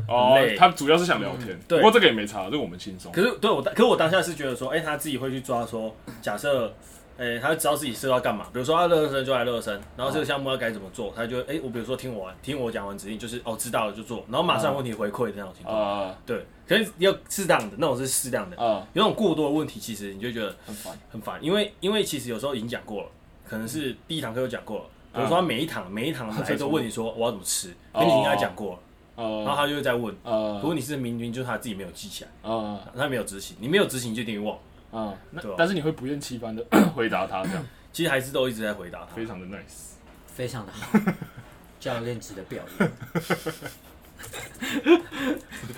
S3: 哦
S1: 很累，
S3: 他主要是想聊
S2: 嗯
S3: 天，
S1: 对
S3: 不过这个也没差，这个我们轻松
S1: 可。是对我当，可是我当下是觉得说，哎、他自己会去抓说，假设，哎、他知道自己是要干嘛，比如说他热热身就来热身，然后这个项目要该怎么做，他就哎、我比如说听我完，听我讲完指令，就是哦知道了就做，然后马上问题回馈的那种情况，
S3: 啊
S1: 对，可是要适当的那种是适当的，
S3: 啊，
S1: 有那种过多的问题，其实你就觉得
S3: 很烦。
S1: 很烦，因为因为其实有时候已经讲过了，可能
S3: 嗯
S1: 是第一堂课就讲过了，
S3: 啊
S1: 比如说他每一堂每一堂来都问你说我要怎么吃，
S3: 哦
S1: 跟你应该讲过了，然后
S3: 呃
S1: 他就会再问，可
S3: 呃
S1: 问题是明明就是他自己没有记起来，
S3: 呃
S1: 他没有执行，你没有执行就一定忘，
S3: 啊，那
S1: 对啊
S3: 但是你会不厌其烦的回答他，这样
S1: 其实还是都一直在回答他
S3: 非。常的 nice。 [laughs]
S2: 非常的好，教练级的表演。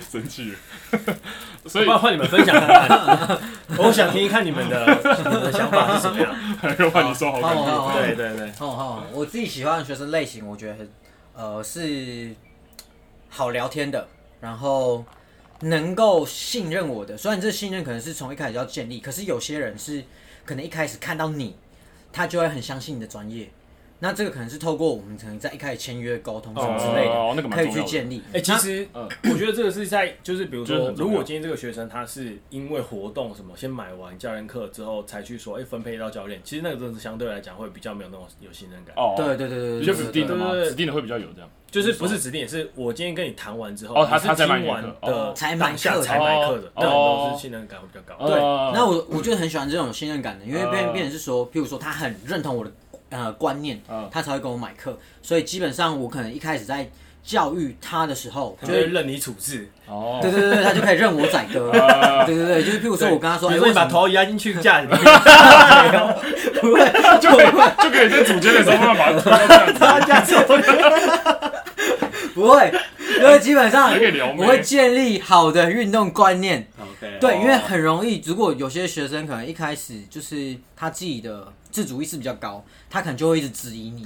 S3: 生气了。所
S1: 不
S3: 以
S1: 然换你们分享看看，
S3: [laughs]
S1: 我想听一看你们的你们的想法是什么样。
S3: 又换你说好感
S2: 好好
S3: 度
S2: 好，
S1: 对对对，
S2: 哦哦，我自己喜欢的学生类型，我觉得呃是好聊天的，然后能够信任我的。虽然这信任可能是从一开始就要建立，可是有些人是可能一开始看到你，他就会很相信你的专业。那这个可能是透过我们可能在一开始签约沟通什么之类的，
S3: 哦那个蛮
S2: 可以
S3: 重要
S2: 去
S3: 的
S2: 建立。
S1: 哎，其实
S3: 嗯
S1: 我觉得这个是在就是比如
S3: 就是
S1: 说
S3: 很，重要
S1: 如果今天这个学生他是因为活动什么先买完教练课之后才去说，哎，分配到教练，其实那个真的是相对来讲会比较没有那种有信任感。
S3: 哦，
S2: 对对对对对，
S3: 就
S2: 对对
S3: 指定的嘛，
S1: 对对对
S3: 指定的会比较有这样。
S1: 就是不是指定，是我今天跟你谈完之后，
S3: 哦他
S1: 你是
S3: 他才买
S1: 听
S3: 你的
S1: 完
S3: 课
S1: 的
S3: 哦
S2: 才买
S1: 当下
S2: 课的
S1: 才买课的
S3: 哦，
S1: 那种都是信任感会比较高。
S2: 对，
S3: 呃
S2: 那我我就很喜欢这种有信任感的，因为变
S3: 呃
S2: 变成是说，譬如说他很认同我的呃观念
S3: 嗯，
S2: 他才会跟我买课，所以基本上我可能一开始在教育他的时候，
S1: 他
S2: 就
S1: 就会
S2: 是
S1: 任你处置，
S3: 哦，
S2: 对对对对，他就可以任我宰割，对对对，就是譬如说我跟他说，
S1: 比
S2: 哎，
S1: 如说
S2: 为
S1: 你
S2: 什
S1: 把
S2: 么？
S1: 头啊压进去架里面，
S3: [laughs] 哦
S2: 不会，
S3: 就可以就可以在组间的时候慢慢把它推到这样子，
S1: 架之后
S2: 不会，因为基本上
S3: 还可以聊妹
S2: 我会建立好的运动观念，
S1: OK，
S2: 对，因为
S3: 哦
S2: 很容易，如果有些学生可能一开始就是他自己的自主意识比较高，他可能就会一直质疑你，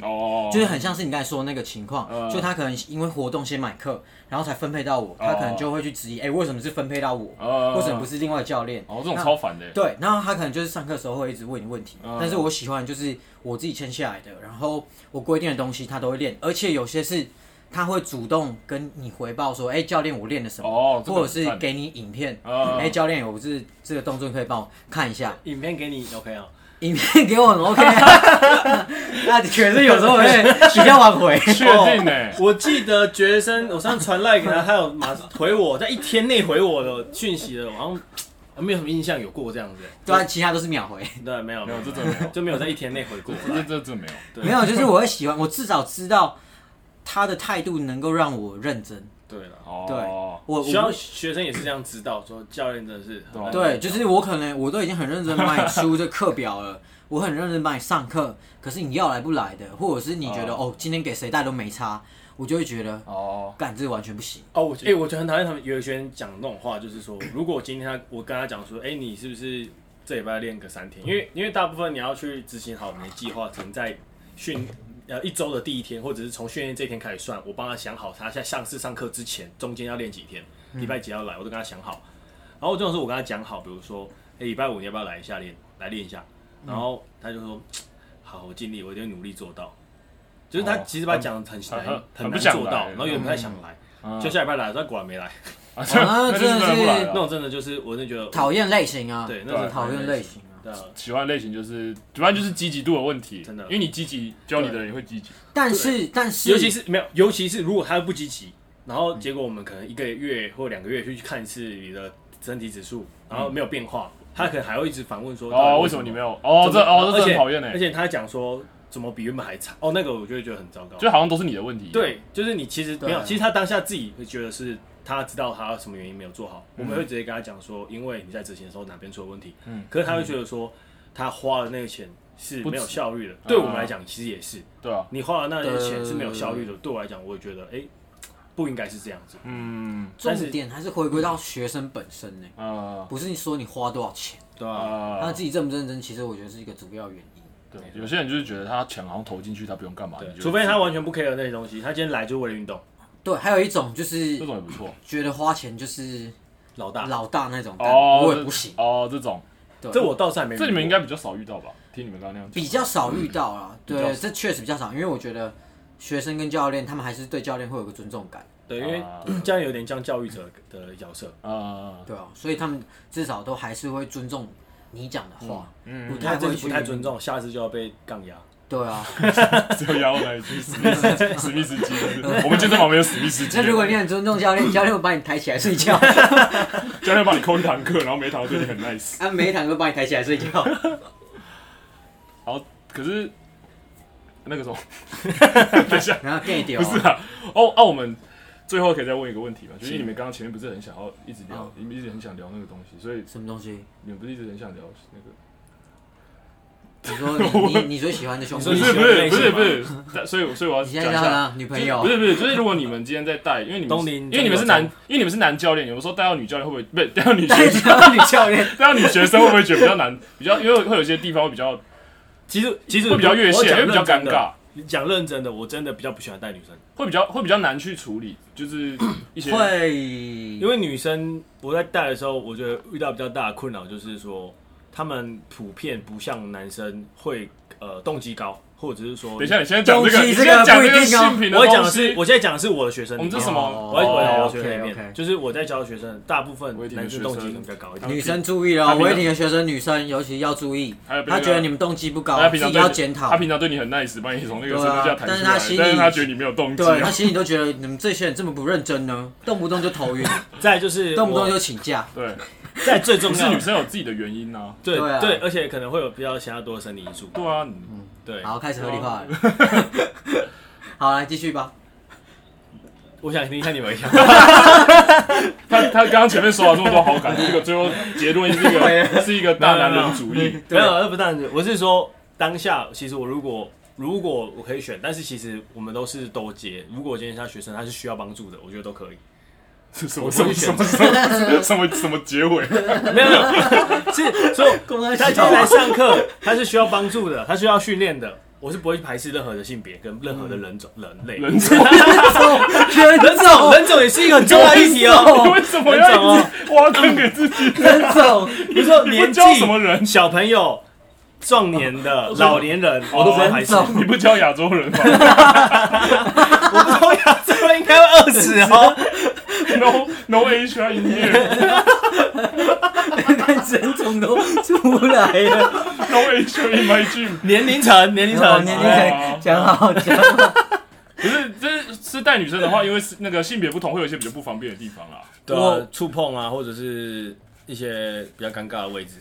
S2: [laughs]
S3: 哦，
S2: 就是很像是你刚才说的那个情况，
S3: 嗯
S2: 就他可能因为活动先买课，然后才分配到我，他可
S3: 哦
S2: 能就会去质疑，哎、为什么是分配到我，
S3: 呃
S2: 为什么不是另外的教练？
S3: 哦，这种超烦的，
S2: 对，然后他可能就是上课的时候会一直问你问题，
S3: 嗯
S2: 但是我喜欢的就是我自己签下来的，然后我规定的东西他都会练，而且有些是他会主动跟你回报说，哎、教练我练了什么，
S3: 哦这个
S2: 或者是
S3: 很赞
S2: 给你影片，哎、
S3: 嗯
S2: 教练我是这个动作你可以帮我看一下，
S1: 影片给你 OK
S2: 哦
S1: 啊，
S2: 影片给我很 OK，、啊、那可是有时候会比较晚回。哦
S3: 确定呢，
S1: 我记得学生，我上次传赖给他，他有马上回我，在一天内回我的讯息的，我好像呃没有什么印象有过这样子。
S2: 对啊，其他都是秒回。
S1: 对，没有
S3: 没有这
S1: 就
S3: 真的没有，
S1: 就没有在一天内回
S3: [laughs]
S1: 过。
S3: 这这这没有，
S1: 对
S2: 没有，就是我会喜欢，我至少知道他的态度能够让我认真。
S1: 对了，
S2: 对
S3: 哦，
S2: 我
S1: 学校
S2: 我
S1: 学生也是这样知道，说教练真的是
S3: 啊
S1: 很
S2: 对，就是我可能我都已经很认真帮你出这课表了， [laughs] 我很认真帮你上课，可是你要来不来的，或者是你觉得哦今天给谁带都没差，我就会觉得
S3: 哦，
S2: 干这完全不行。
S1: 哦，我哎、我觉得很讨厌他们有一些人讲那种话，就是说，如果今天他我跟他讲说，哎、你是不是这礼拜练个三天？因为因为大部分你要去执行好我们的计划，可能在训呃一周的第一天，或者是从训练这一天开始算，我帮他想好他下上次上课之前中间要练几天，礼拜几要来，我都跟他想好。然后这种事我跟他讲好，比如说哎，礼拜五你要不要来一下练，来练一下？
S3: 嗯
S1: 然后他就说，好，我尽力，我一定努力做到。就是他
S3: 哦
S1: 其实把他讲
S3: 很
S1: 得很
S3: 很
S1: 难，
S3: 很
S1: 很
S3: 不
S1: 难
S3: 想
S1: 做到，
S3: 来嗯
S1: 然后又不太想来。就下礼拜来，他果然没来。
S2: 啊
S3: 啊，那就是
S2: 真的是
S3: 不来
S1: 那
S3: 了。
S1: 种真的就是，我真的觉得
S2: 讨厌类型啊，
S1: 对，那种
S2: 讨厌类型啊。
S1: 对啊，
S3: 喜欢类型就是主要就是积极度的问题，
S1: 真的
S3: 因为你积极，教你的人也会积极。
S2: 但是但是，
S1: 尤其是没有，尤其是如果他不积极，然后结果我们可能一个月或两个月去看一次你的身体指数，然后没有变化，他可能还会一直反问说，
S3: 嗯哦，为什么你没有？哦，这
S1: 怎么
S3: 哦这
S1: 而
S3: 真的
S1: 且
S3: 很讨厌
S1: 而
S3: 哎，
S1: 且他讲说怎么比原本还差，哦，那个我就会觉得很糟糕。
S3: 就好像都是你的问题。，
S1: 对，就是你其实没有，
S2: 对
S1: 其实他当下自己会觉得是他知道他什么原因没有做好，我们会直接跟他讲说，因为你在执行的时候哪边出了问题。
S3: 嗯
S1: 可是他会觉得说，他花的那个钱是
S3: 不
S1: 没有
S3: 值
S1: 效率的。
S3: 啊
S1: 对我们来讲，其实也是，
S3: 对啊，
S1: 你花的那些钱是没有效率的。对我来讲，我也觉得，哎，不应该是这样子。
S3: 嗯
S1: 但
S2: 重
S1: 是
S2: 点还是回归到学生本身呢、
S3: 啊
S2: 不是你说你花多少钱，
S1: 对啊，
S2: 他
S3: 啊，
S2: 自己认不认真，其实我觉得是一个主要原因。
S3: 对，有些人就是觉得他钱好像投进去，他不用干嘛，你
S1: 对，
S3: 就
S1: 除非他完全不 care 那些东西，他今天来就为了运动，
S2: 对，还有一种就是
S3: 这种也不错。
S2: 觉得花钱就是
S1: 老大。
S2: 老大那种，但
S3: 哦，
S2: 哎我也
S3: 这
S2: 不行，
S3: 哦，这种
S2: 对，
S1: 这我倒是还没遇过，
S3: 这你们应该比较少遇到吧？听你们刚刚那样讲，
S2: 比较少遇到啦。
S3: 比较
S2: 对，这确实比较少，因为我觉得学生跟教练他们还是对教练会有个尊重感，
S1: 对，因为
S3: 啊
S1: [clears throat] 这样有点像教育者的角色。
S3: 啊， [laughs]
S2: 对啊，所以他们至少都还是会尊重你讲的话，
S3: 嗯，
S2: 不
S1: 他
S2: 太
S1: 真
S2: 会
S1: 是
S2: 去
S1: 不太尊。重，下次就要被杠压。
S2: 对啊，
S3: 只有压我那一句史密斯史密斯基，我们健身房没有史密斯
S2: [laughs]
S3: 基。
S2: 那如果你很尊重教练，教练会把你抬起来睡觉，
S3: 教练帮你扣一堂课，然后每一堂都对你很 nice。
S2: 啊，每一堂都把你抬起来睡觉。
S3: 然后可是那个时候，等一下，
S2: 然后 gay 掉
S3: 不是啊，哦哦，我们最后可以再问一个问题嘛？就是你们刚刚前面不是很想要一直聊
S2: 哦，
S3: 你们一直很想聊那个东西，所以
S2: 什么东西？
S3: 你们不是一直很想聊那个？
S2: 你说你你你最喜欢的兄弟
S3: [laughs]
S1: 你
S3: 不
S1: 说
S3: 是
S1: 你
S3: 不
S1: 喜欢类型
S3: 是不是
S1: 吗
S3: 不是，但所以我所以我要
S2: 啊你
S3: 讲
S2: 现在
S3: 一
S2: 叫
S3: 下。
S2: 他女朋
S3: 不
S2: 友？
S3: 是不是，就是如果你们今天在带，因为你们
S1: 东
S3: 是
S1: 林
S3: 因为你们是男，因为你们是男教练，有时候带到女教练会不会不是带到女学
S2: 你
S3: 生，
S2: 到女教练，
S3: 带到女学生会不会觉得比较难，比较因为会有些地方会比较
S1: 其实其实
S3: 会比较越
S1: 嗯我
S3: 线，
S1: 讲
S3: 会比较
S1: 认
S3: 尴
S1: 真的。
S3: 尬，
S1: 讲认真的，我真的比较不喜欢带女生，
S3: 会比较会比较难去处理，就是一些
S1: 因
S2: 会
S1: 为女生我在带的时候，我觉得遇到比较大的困扰就是说，她们普遍不像男生会呃动机高，或者是说，
S3: 等一下，，你现在讲
S2: 东
S3: 这个，
S2: 西
S3: 你
S2: 这
S3: 现
S2: 个
S3: 在讲
S2: 不一
S3: 这个
S2: 定哦
S3: 性平的
S1: 我
S3: 东西，
S1: 讲的是我现在讲的是我的学生里
S3: 我
S1: 面，
S3: 们这是什么
S1: 我在我在
S3: 哦
S1: 我学生里
S2: OK，OK
S1: 面，就是我在教学生，大部分
S3: 我也觉得
S1: 男生动机
S3: 学
S1: 可
S3: 生
S1: 能比较高一
S3: 他
S1: 点。
S3: 们
S2: 女生注意了，
S3: 他平常
S2: 我也你的学生女生尤其要注意
S3: 还有，被那
S2: 她
S3: 个
S2: 觉得你们动机不
S3: 他
S2: 高，自
S3: 平常
S2: 己
S3: 对你
S2: 要检讨
S3: 他。平常对你很 nice，把你从那个
S2: 对
S3: 身
S2: 啊
S3: 份下抬出
S2: 但是
S3: 来，
S2: 他心里
S3: 但是他觉得你没有动机
S2: 对她
S3: 啊，
S2: 心里都觉得你们这些人这么不认真呢，动不动就头晕，
S1: 再来就是
S2: 动不动
S1: 我
S2: 就请假。
S3: 对，
S1: 在最重
S3: 可是
S1: 要
S3: 女
S1: 的，
S3: 生有自己的原因呐，
S1: 对
S2: 对啊
S1: 对，而且可能会有比较其他多的生理因素。
S3: 对啊，
S1: 对，
S2: 好，开始合理化了。 [laughs] 好，来继续吧。
S1: 我想听一下你们一下。
S3: 他他刚刚前面说了这么多好感，这个最后结论是一
S2: 啊
S3: 个是一个大男人主义，
S1: 没有，那不但是，我是说当下，其实我如果如果我可以选，但是其实我们都是都接。如果今天他学生他是需要帮助的，我觉得都可以。
S3: 是什么
S1: 我
S3: 什
S1: 不
S3: 么
S1: 会
S3: 什
S1: 选
S3: 么什么什么什么结
S2: [laughs]
S3: 尾？
S1: 没有，没有是所以
S2: 公开
S1: [laughs] 他今天来上 [laughs] 课，他是需要帮助的，他需要训练的。我是不会排斥任何的性别跟任何的人种、人类。
S3: 人种
S2: 人
S1: 人种人种也是一个很重要的议题
S3: 你
S2: 啊 [laughs]
S1: 哦。
S3: 为什么要一
S2: 哦
S3: 直挖坑给自己？
S2: 人种，
S1: 比如说
S3: [laughs] 你不
S1: 年纪
S3: 教什么人？
S1: 小朋友、壮年的、老年人， [laughs] 我都不会排斥。
S2: 人
S1: 我
S2: 种
S3: 你不教亚洲人吗？
S1: 不知道亚洲人应该会饿死哦。
S3: No [laughs] No Asia in here, [laughs]
S2: 人种都出来了。
S3: No Asia in my gym。
S1: [laughs] 年龄层，年龄
S2: 哦
S1: 层，
S2: 年
S3: 层
S2: 龄层讲好讲好，
S3: 可是这是带女生的话，因为是那个性别不同，会有一些比较不方便的地方啦。
S1: 对啊
S2: 我，
S1: 触碰啊，或者是一些比较尴尬的位置。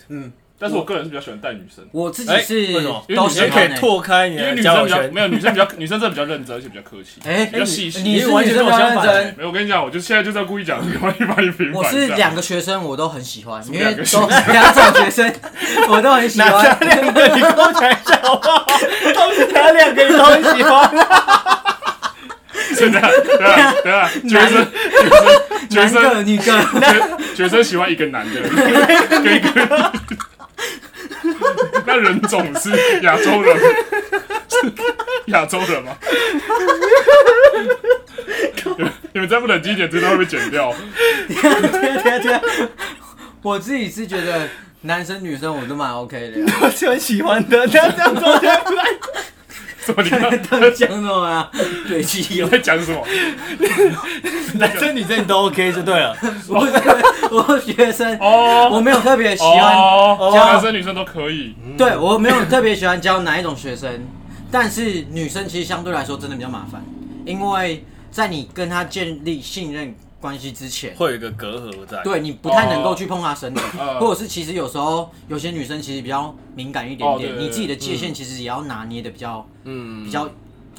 S3: 但是我个人是比较喜欢带女生，
S2: 我自己
S1: 哎
S2: 是
S1: 为什么
S2: 都喜
S1: 你可
S2: 欢
S1: 以
S2: 欸。
S1: 拓开你
S3: 因为
S1: 的
S3: 女
S1: 交
S3: 生
S1: 友
S3: 比较
S1: 圈。
S3: 没有女生比较女生真的比较认真，而且比较客气，
S2: 哎，
S3: 比较细心。
S2: 你是
S1: 完
S2: 女
S1: 全
S2: 生
S1: 跟
S2: 比
S1: 我
S2: 较
S1: 相
S2: 认
S1: 反
S2: 真。
S3: 没有，我跟你讲，我就现在就是要故意讲这个，万一把你平反。
S2: 我是两个学生，我都很喜欢，因为
S3: 两
S2: 都
S3: 个学
S2: [laughs] 两种学生，我都很喜欢。
S1: 两个你跟 [laughs] 我讲一下好不好？哪两个你都很喜欢？
S3: [laughs] 现在，等一下等一
S2: [laughs]
S3: 下，啊学生学
S2: 男个
S3: 生
S2: 女个，
S3: 学学生喜欢一个
S2: [laughs]
S3: 男的，跟一个女的。那人种是亚洲人， [laughs] 是亚洲
S2: [laughs]
S3: 人吗？
S2: [laughs]
S3: 你们你们再不冷静一点，这段会被剪掉。
S2: 对对对，我自己是觉得男生女生我都蛮 OK 的呀。
S1: 我是很喜欢的，这样这样做这样子，
S3: 什么？你刚
S2: 他们讲什么啊？ [laughs] 对，基
S3: 你
S2: 友，
S3: 在讲什么？
S1: [laughs] 男生女生都 OK 就对了。
S2: 我是我是学生，
S3: 哦，
S2: 我没有特别喜欢，
S3: 哦，
S2: 这样
S3: 男生女生都可以。
S2: 对我没有特别喜欢教哪一种学生， [laughs] 但是女生其实相对来说真的比较麻烦，因为在你跟她建立信任关系之前，
S1: 会有一个隔阂在。
S2: 对你不太能够去碰她身体，
S3: 呃
S2: [laughs] 或者是其实有时候有些女生其实比较敏感一点
S3: 哦对对
S2: 点，
S3: 对
S2: 你自己的界限其实也要拿捏的比较
S1: 嗯
S2: 比较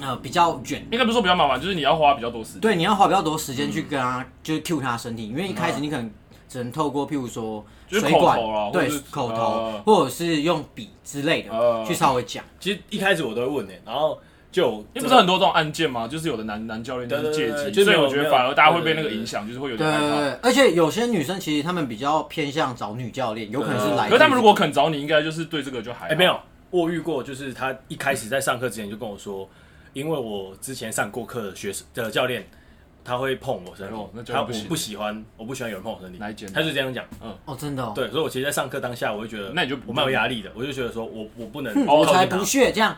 S2: 呃比较远。
S3: 应该不是说比较麻烦，就是你要花比较多时间。
S2: 对，你要花比较多时间去跟她，就是 Q 她身体，因为一开始你可能只能透过譬如说
S3: 嗯就是
S2: 水
S3: 口
S2: 管
S3: 头啦，或
S2: 对
S3: 者是
S2: 口头
S3: 呃，
S2: 或者是用笔之类
S3: 呃
S2: 的去稍微讲。
S1: 其实一开始我都会问你、欸然后就
S3: 因为不是很多这种案件嘛，就是有的男男教练就是
S1: 对对
S3: 借
S1: 对对
S3: 机，
S1: 就是
S3: 所以
S1: 没有
S3: 我
S1: 没
S3: 觉得
S1: 有
S3: 反而大家会
S1: 对
S3: 被
S1: 对
S3: 那个
S1: 对
S3: 影响，就是会有
S2: 对
S3: 点害怕。
S2: 而且有些女生其实她们比较偏向找女教练，有可能是来自于。
S3: 可是他们如果肯找你，应该就是对这个就还
S1: 哎、
S3: 好
S1: 没有，我遇过，就是他一开始在上课之前就跟我说，因为我之前上过课的学生的教练，他会碰我身
S3: 哎
S1: 体，
S3: 呦那教
S1: 他
S3: 练
S1: 我
S3: 不行
S1: 不喜欢，我不喜欢有人碰我身体，
S3: 哪一间
S1: 他就这样讲。
S2: 哦，真的哦，
S1: 对，所以我其实，在上课当下，我会觉得，
S3: 那你就
S1: 我蛮有压力的，我就觉得说我我不能
S3: 哦
S1: 靠
S2: 我
S1: 近
S2: 才
S1: 他
S2: 不屑这样。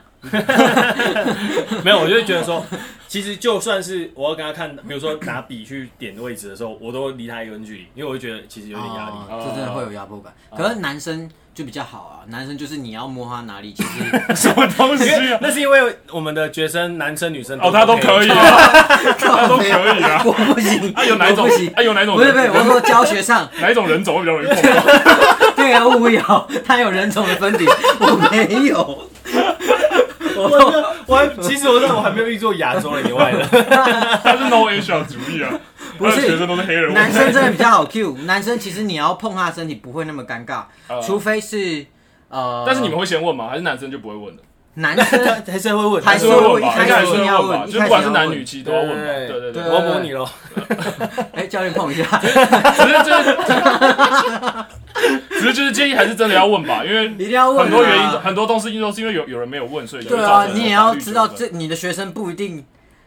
S1: 没有，我就会觉得说，其实就算是我要跟他看，比如说拿笔去点位置的时候，我都离他一个距离，因为我会觉得其实有点压力。
S2: 哦这真的会有压迫感。
S3: 哦
S2: 可是男生就比较好啊，男生就是你要摸他哪里，其
S3: [laughs]
S2: 实
S3: 什么东西
S2: 哎
S1: 因为
S3: 啊？
S1: 那是因为我们的学生，男生女生
S3: 哦，他都可以，
S2: 哎
S3: 啊，他都可以啊。
S2: 我不
S3: [laughs]
S2: 行，
S3: 啊，有哪一
S2: 我
S3: 种
S2: 不行？。
S3: 啊，有哪一种
S2: 不是
S3: 人？ [laughs]
S2: 不是，我说教学上，
S3: 哪一种人种会比较容易碰到？
S2: 对啊，我有， [laughs] 他有人种的分别， [laughs] 我没有。
S1: [laughs] 我我我还其实我认为我还没有遇过亚洲人以外的，
S3: 他是 no Asia 主义啊，
S2: 不是
S3: 他的学生都是黑人。
S2: 男生真的比较好 Q，男生其实你要碰他的身体不会那么尴尬，
S3: 呃
S2: 除非是呃，
S3: 但是你们会先问吗？还是男生就不会问的？
S2: 男生 [laughs]
S1: 还是会问，
S2: 还
S3: 是
S2: 是
S3: 会
S2: 会
S3: 问
S2: 问
S3: 吧，
S2: 一
S3: 应该
S2: 开
S3: 还
S2: 始
S3: 是会
S2: 一定要
S3: 问吧，
S2: 问
S3: 就不管是
S2: 一开始要
S3: 男
S2: 问
S3: 女，其实都要问吧。对对对，
S2: 对
S1: 我模拟咯，
S2: 哎，教练碰一下。
S3: 只是就是，只是就是建议还是真的要问吧，因为
S2: 一定要问、啊、
S3: 很多原因，很多东西都是因为有有人没有问，所以就会
S2: 对
S3: 造
S2: 啊，
S3: 成
S2: 你也要
S3: 法律
S2: 知道
S3: 纠纷
S2: 这，你的学生不一定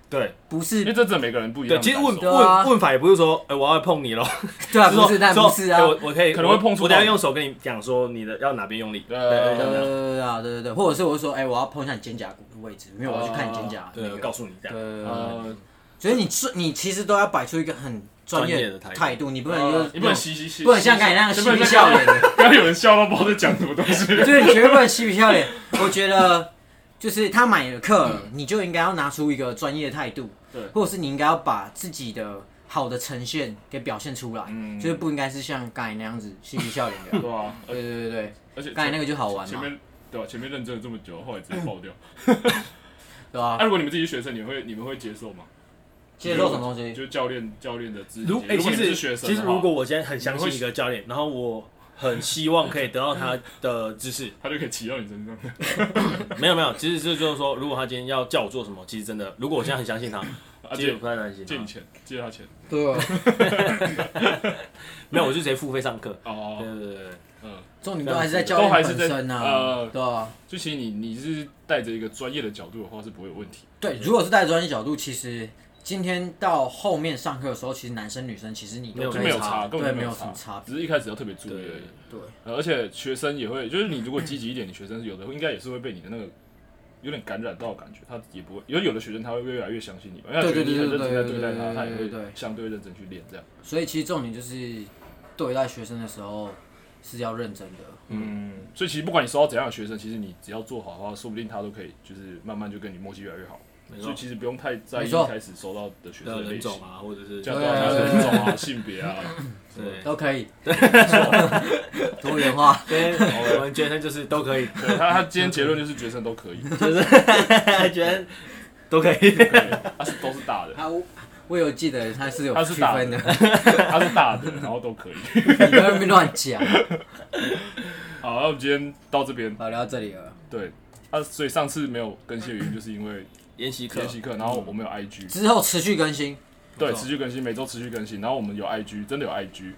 S1: 对
S2: 不
S3: 因
S2: 是
S3: 为这真的每个人不一样
S1: 对，
S3: 的感
S1: 其
S3: 受。
S1: 实问
S2: 对啊
S1: 问问法也不是说，哎，我要碰你咯，
S2: 对啊，
S1: 是说
S2: 不是但
S1: 说
S2: 不是啊
S1: 哎，我我可以
S3: 可能会碰触到
S1: 我等一下用手跟你讲说你的要哪边用力，
S3: 对
S2: 对对
S1: 对
S2: 对
S1: 对
S2: 对啊，对对对，或者是我就说，哎、我要碰一下你肩胛骨的位置，因为我要去看你肩胛
S1: 对，
S2: 那
S1: 对，
S2: 个
S1: 我告诉你这样，
S2: 对
S3: 呃，
S2: 所以你是你其实都要摆出一个很专
S1: 专业
S2: 业
S1: 的态度
S2: 态度，你不能就
S3: 呃
S2: 是
S3: 你不能嬉嬉嬉，
S2: 不能像刚才那样
S3: 就
S2: 嬉
S3: 不能
S2: 皮
S3: 像
S2: 笑
S3: 刚才
S2: 脸的，
S3: 不要有人笑到不知道在讲什么东西。
S2: 就是你绝对不能嬉皮笑脸。我觉得就是他买了课了，你就应该要拿出一个专业的态度，
S3: 对
S2: 或者是你应该要把自己的好的呈现给表现出来，
S3: 嗯
S2: 就是不应该是像刚才那样子嬉皮笑脸的。
S3: [laughs] 对啊，而
S2: 对对对对，
S3: 而且
S2: 刚才那个就好玩
S3: 前
S2: 嘛，
S3: 面对吧？前面认真了这么久，后来直接爆掉。
S2: 对吧、
S3: 那如果你们自己是学生，你们会你们会接受吗？
S2: 接受什么东西？
S3: 就教练教练的指
S1: 如
S3: 如果
S1: 哎，
S3: 你
S1: 其
S3: 们
S1: 实
S3: 是学生
S1: 其
S3: 的话，
S1: 实如果我今天很相
S3: 你会
S1: 信一个教练，然后我很希望可以得到他的知识，
S3: 他就可以骑到你身上。
S1: 没有没有，其实这就是说，如果他今天要叫我做什么，其实真的，如果我现在很相信他，
S3: 啊
S1: 其实
S3: 借
S1: 我不太担心他
S3: 借你钱，借他钱
S2: 对、啊
S1: 没有，我就直接付费上课。对
S3: 哦，
S1: 对对对，
S3: 嗯，
S2: 重点都还是在教
S3: 都还
S2: 练
S3: 是
S2: 本
S3: 在
S2: 身啊，
S3: 呃
S2: 对啊，
S3: 就其实你你是带着一个专业的角度的话是不会有问题。
S2: 对，如果是带专业角度，其实今天到后面上课的时候，其实男生女生其实你
S1: 没
S2: 都
S1: 有
S2: 可
S3: 没
S2: 以
S3: 有差，根本
S2: 对，
S3: 就
S2: 没有
S3: 有
S2: 什么差别。
S3: 只是一开始要特别注意
S1: 对
S3: 而已。
S2: 对，
S3: 呃而且学生也会，就是你如果积极一点，你学生有的应该也是会被你的那个有点感染到，感觉他也不会，有有的学生他会越来越相信你嘛，因为他觉
S2: 对
S3: 得
S2: 对
S3: 你很认
S2: 对
S3: 真在对待
S2: 对
S3: 他，
S2: 对对
S3: 他也
S2: 对
S3: 会
S2: 对
S3: 相对认真去练这样。
S2: 所以其实重点就是对待学生的时候是要认真的。
S3: [laughs] 嗯，所以其实不管你收到怎样的学生，其实你只要做好的话，说不定他都可以，就是慢慢就跟你默契越来越好。
S1: 没
S3: 所以
S1: 错，
S3: 其实不用太在意
S2: 没
S3: 一
S2: 错
S3: 开始收到的学生
S1: 的
S3: 的类
S1: 人
S3: 型
S1: 种，啊，或者是
S3: 这
S1: 对
S3: 样对啊，
S2: 对对
S3: 人种啊、性别啊，
S1: 对
S2: 都可以，多元化，
S1: 对，我们觉得就是都可以，
S3: 对他他今天结论就是学生都可
S2: [laughs]
S3: 以，
S1: 觉得都可以。
S3: 对他是都是大的，
S2: 他我有记得他是有
S3: 他是
S2: 区
S3: 打
S2: 分的，
S3: 他是大的，然后都可以。
S2: 你不要在那边乱讲。
S3: 好，那我们今天到这边。
S2: 好，聊到这里了。
S3: 对，啊，所以上次没有更新的原因，就是因为
S1: 研习课
S3: 练，习课，然后我们有 IG，
S2: 之后持续更新，
S3: 对，
S1: 没错
S3: 持续更新，每周持续更新，然后我们有 IG，真的有 IG，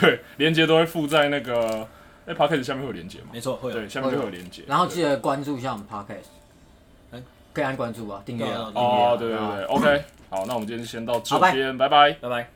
S3: 对， [laughs] 连接都会附在那个那 p o c k e t 下面会有连接嘛，
S1: 没错，会有
S3: 对，下面会有连接，
S2: 然后记得关注一下我们 podcast，
S1: 哎
S2: 可以按关注吧，订阅啊。
S1: 对
S3: 哦，
S1: 啊
S3: 对对
S2: 对啊
S3: 对，OK，好，那我们今天就先到这
S2: 好拜
S3: 边，拜拜。
S1: 拜拜。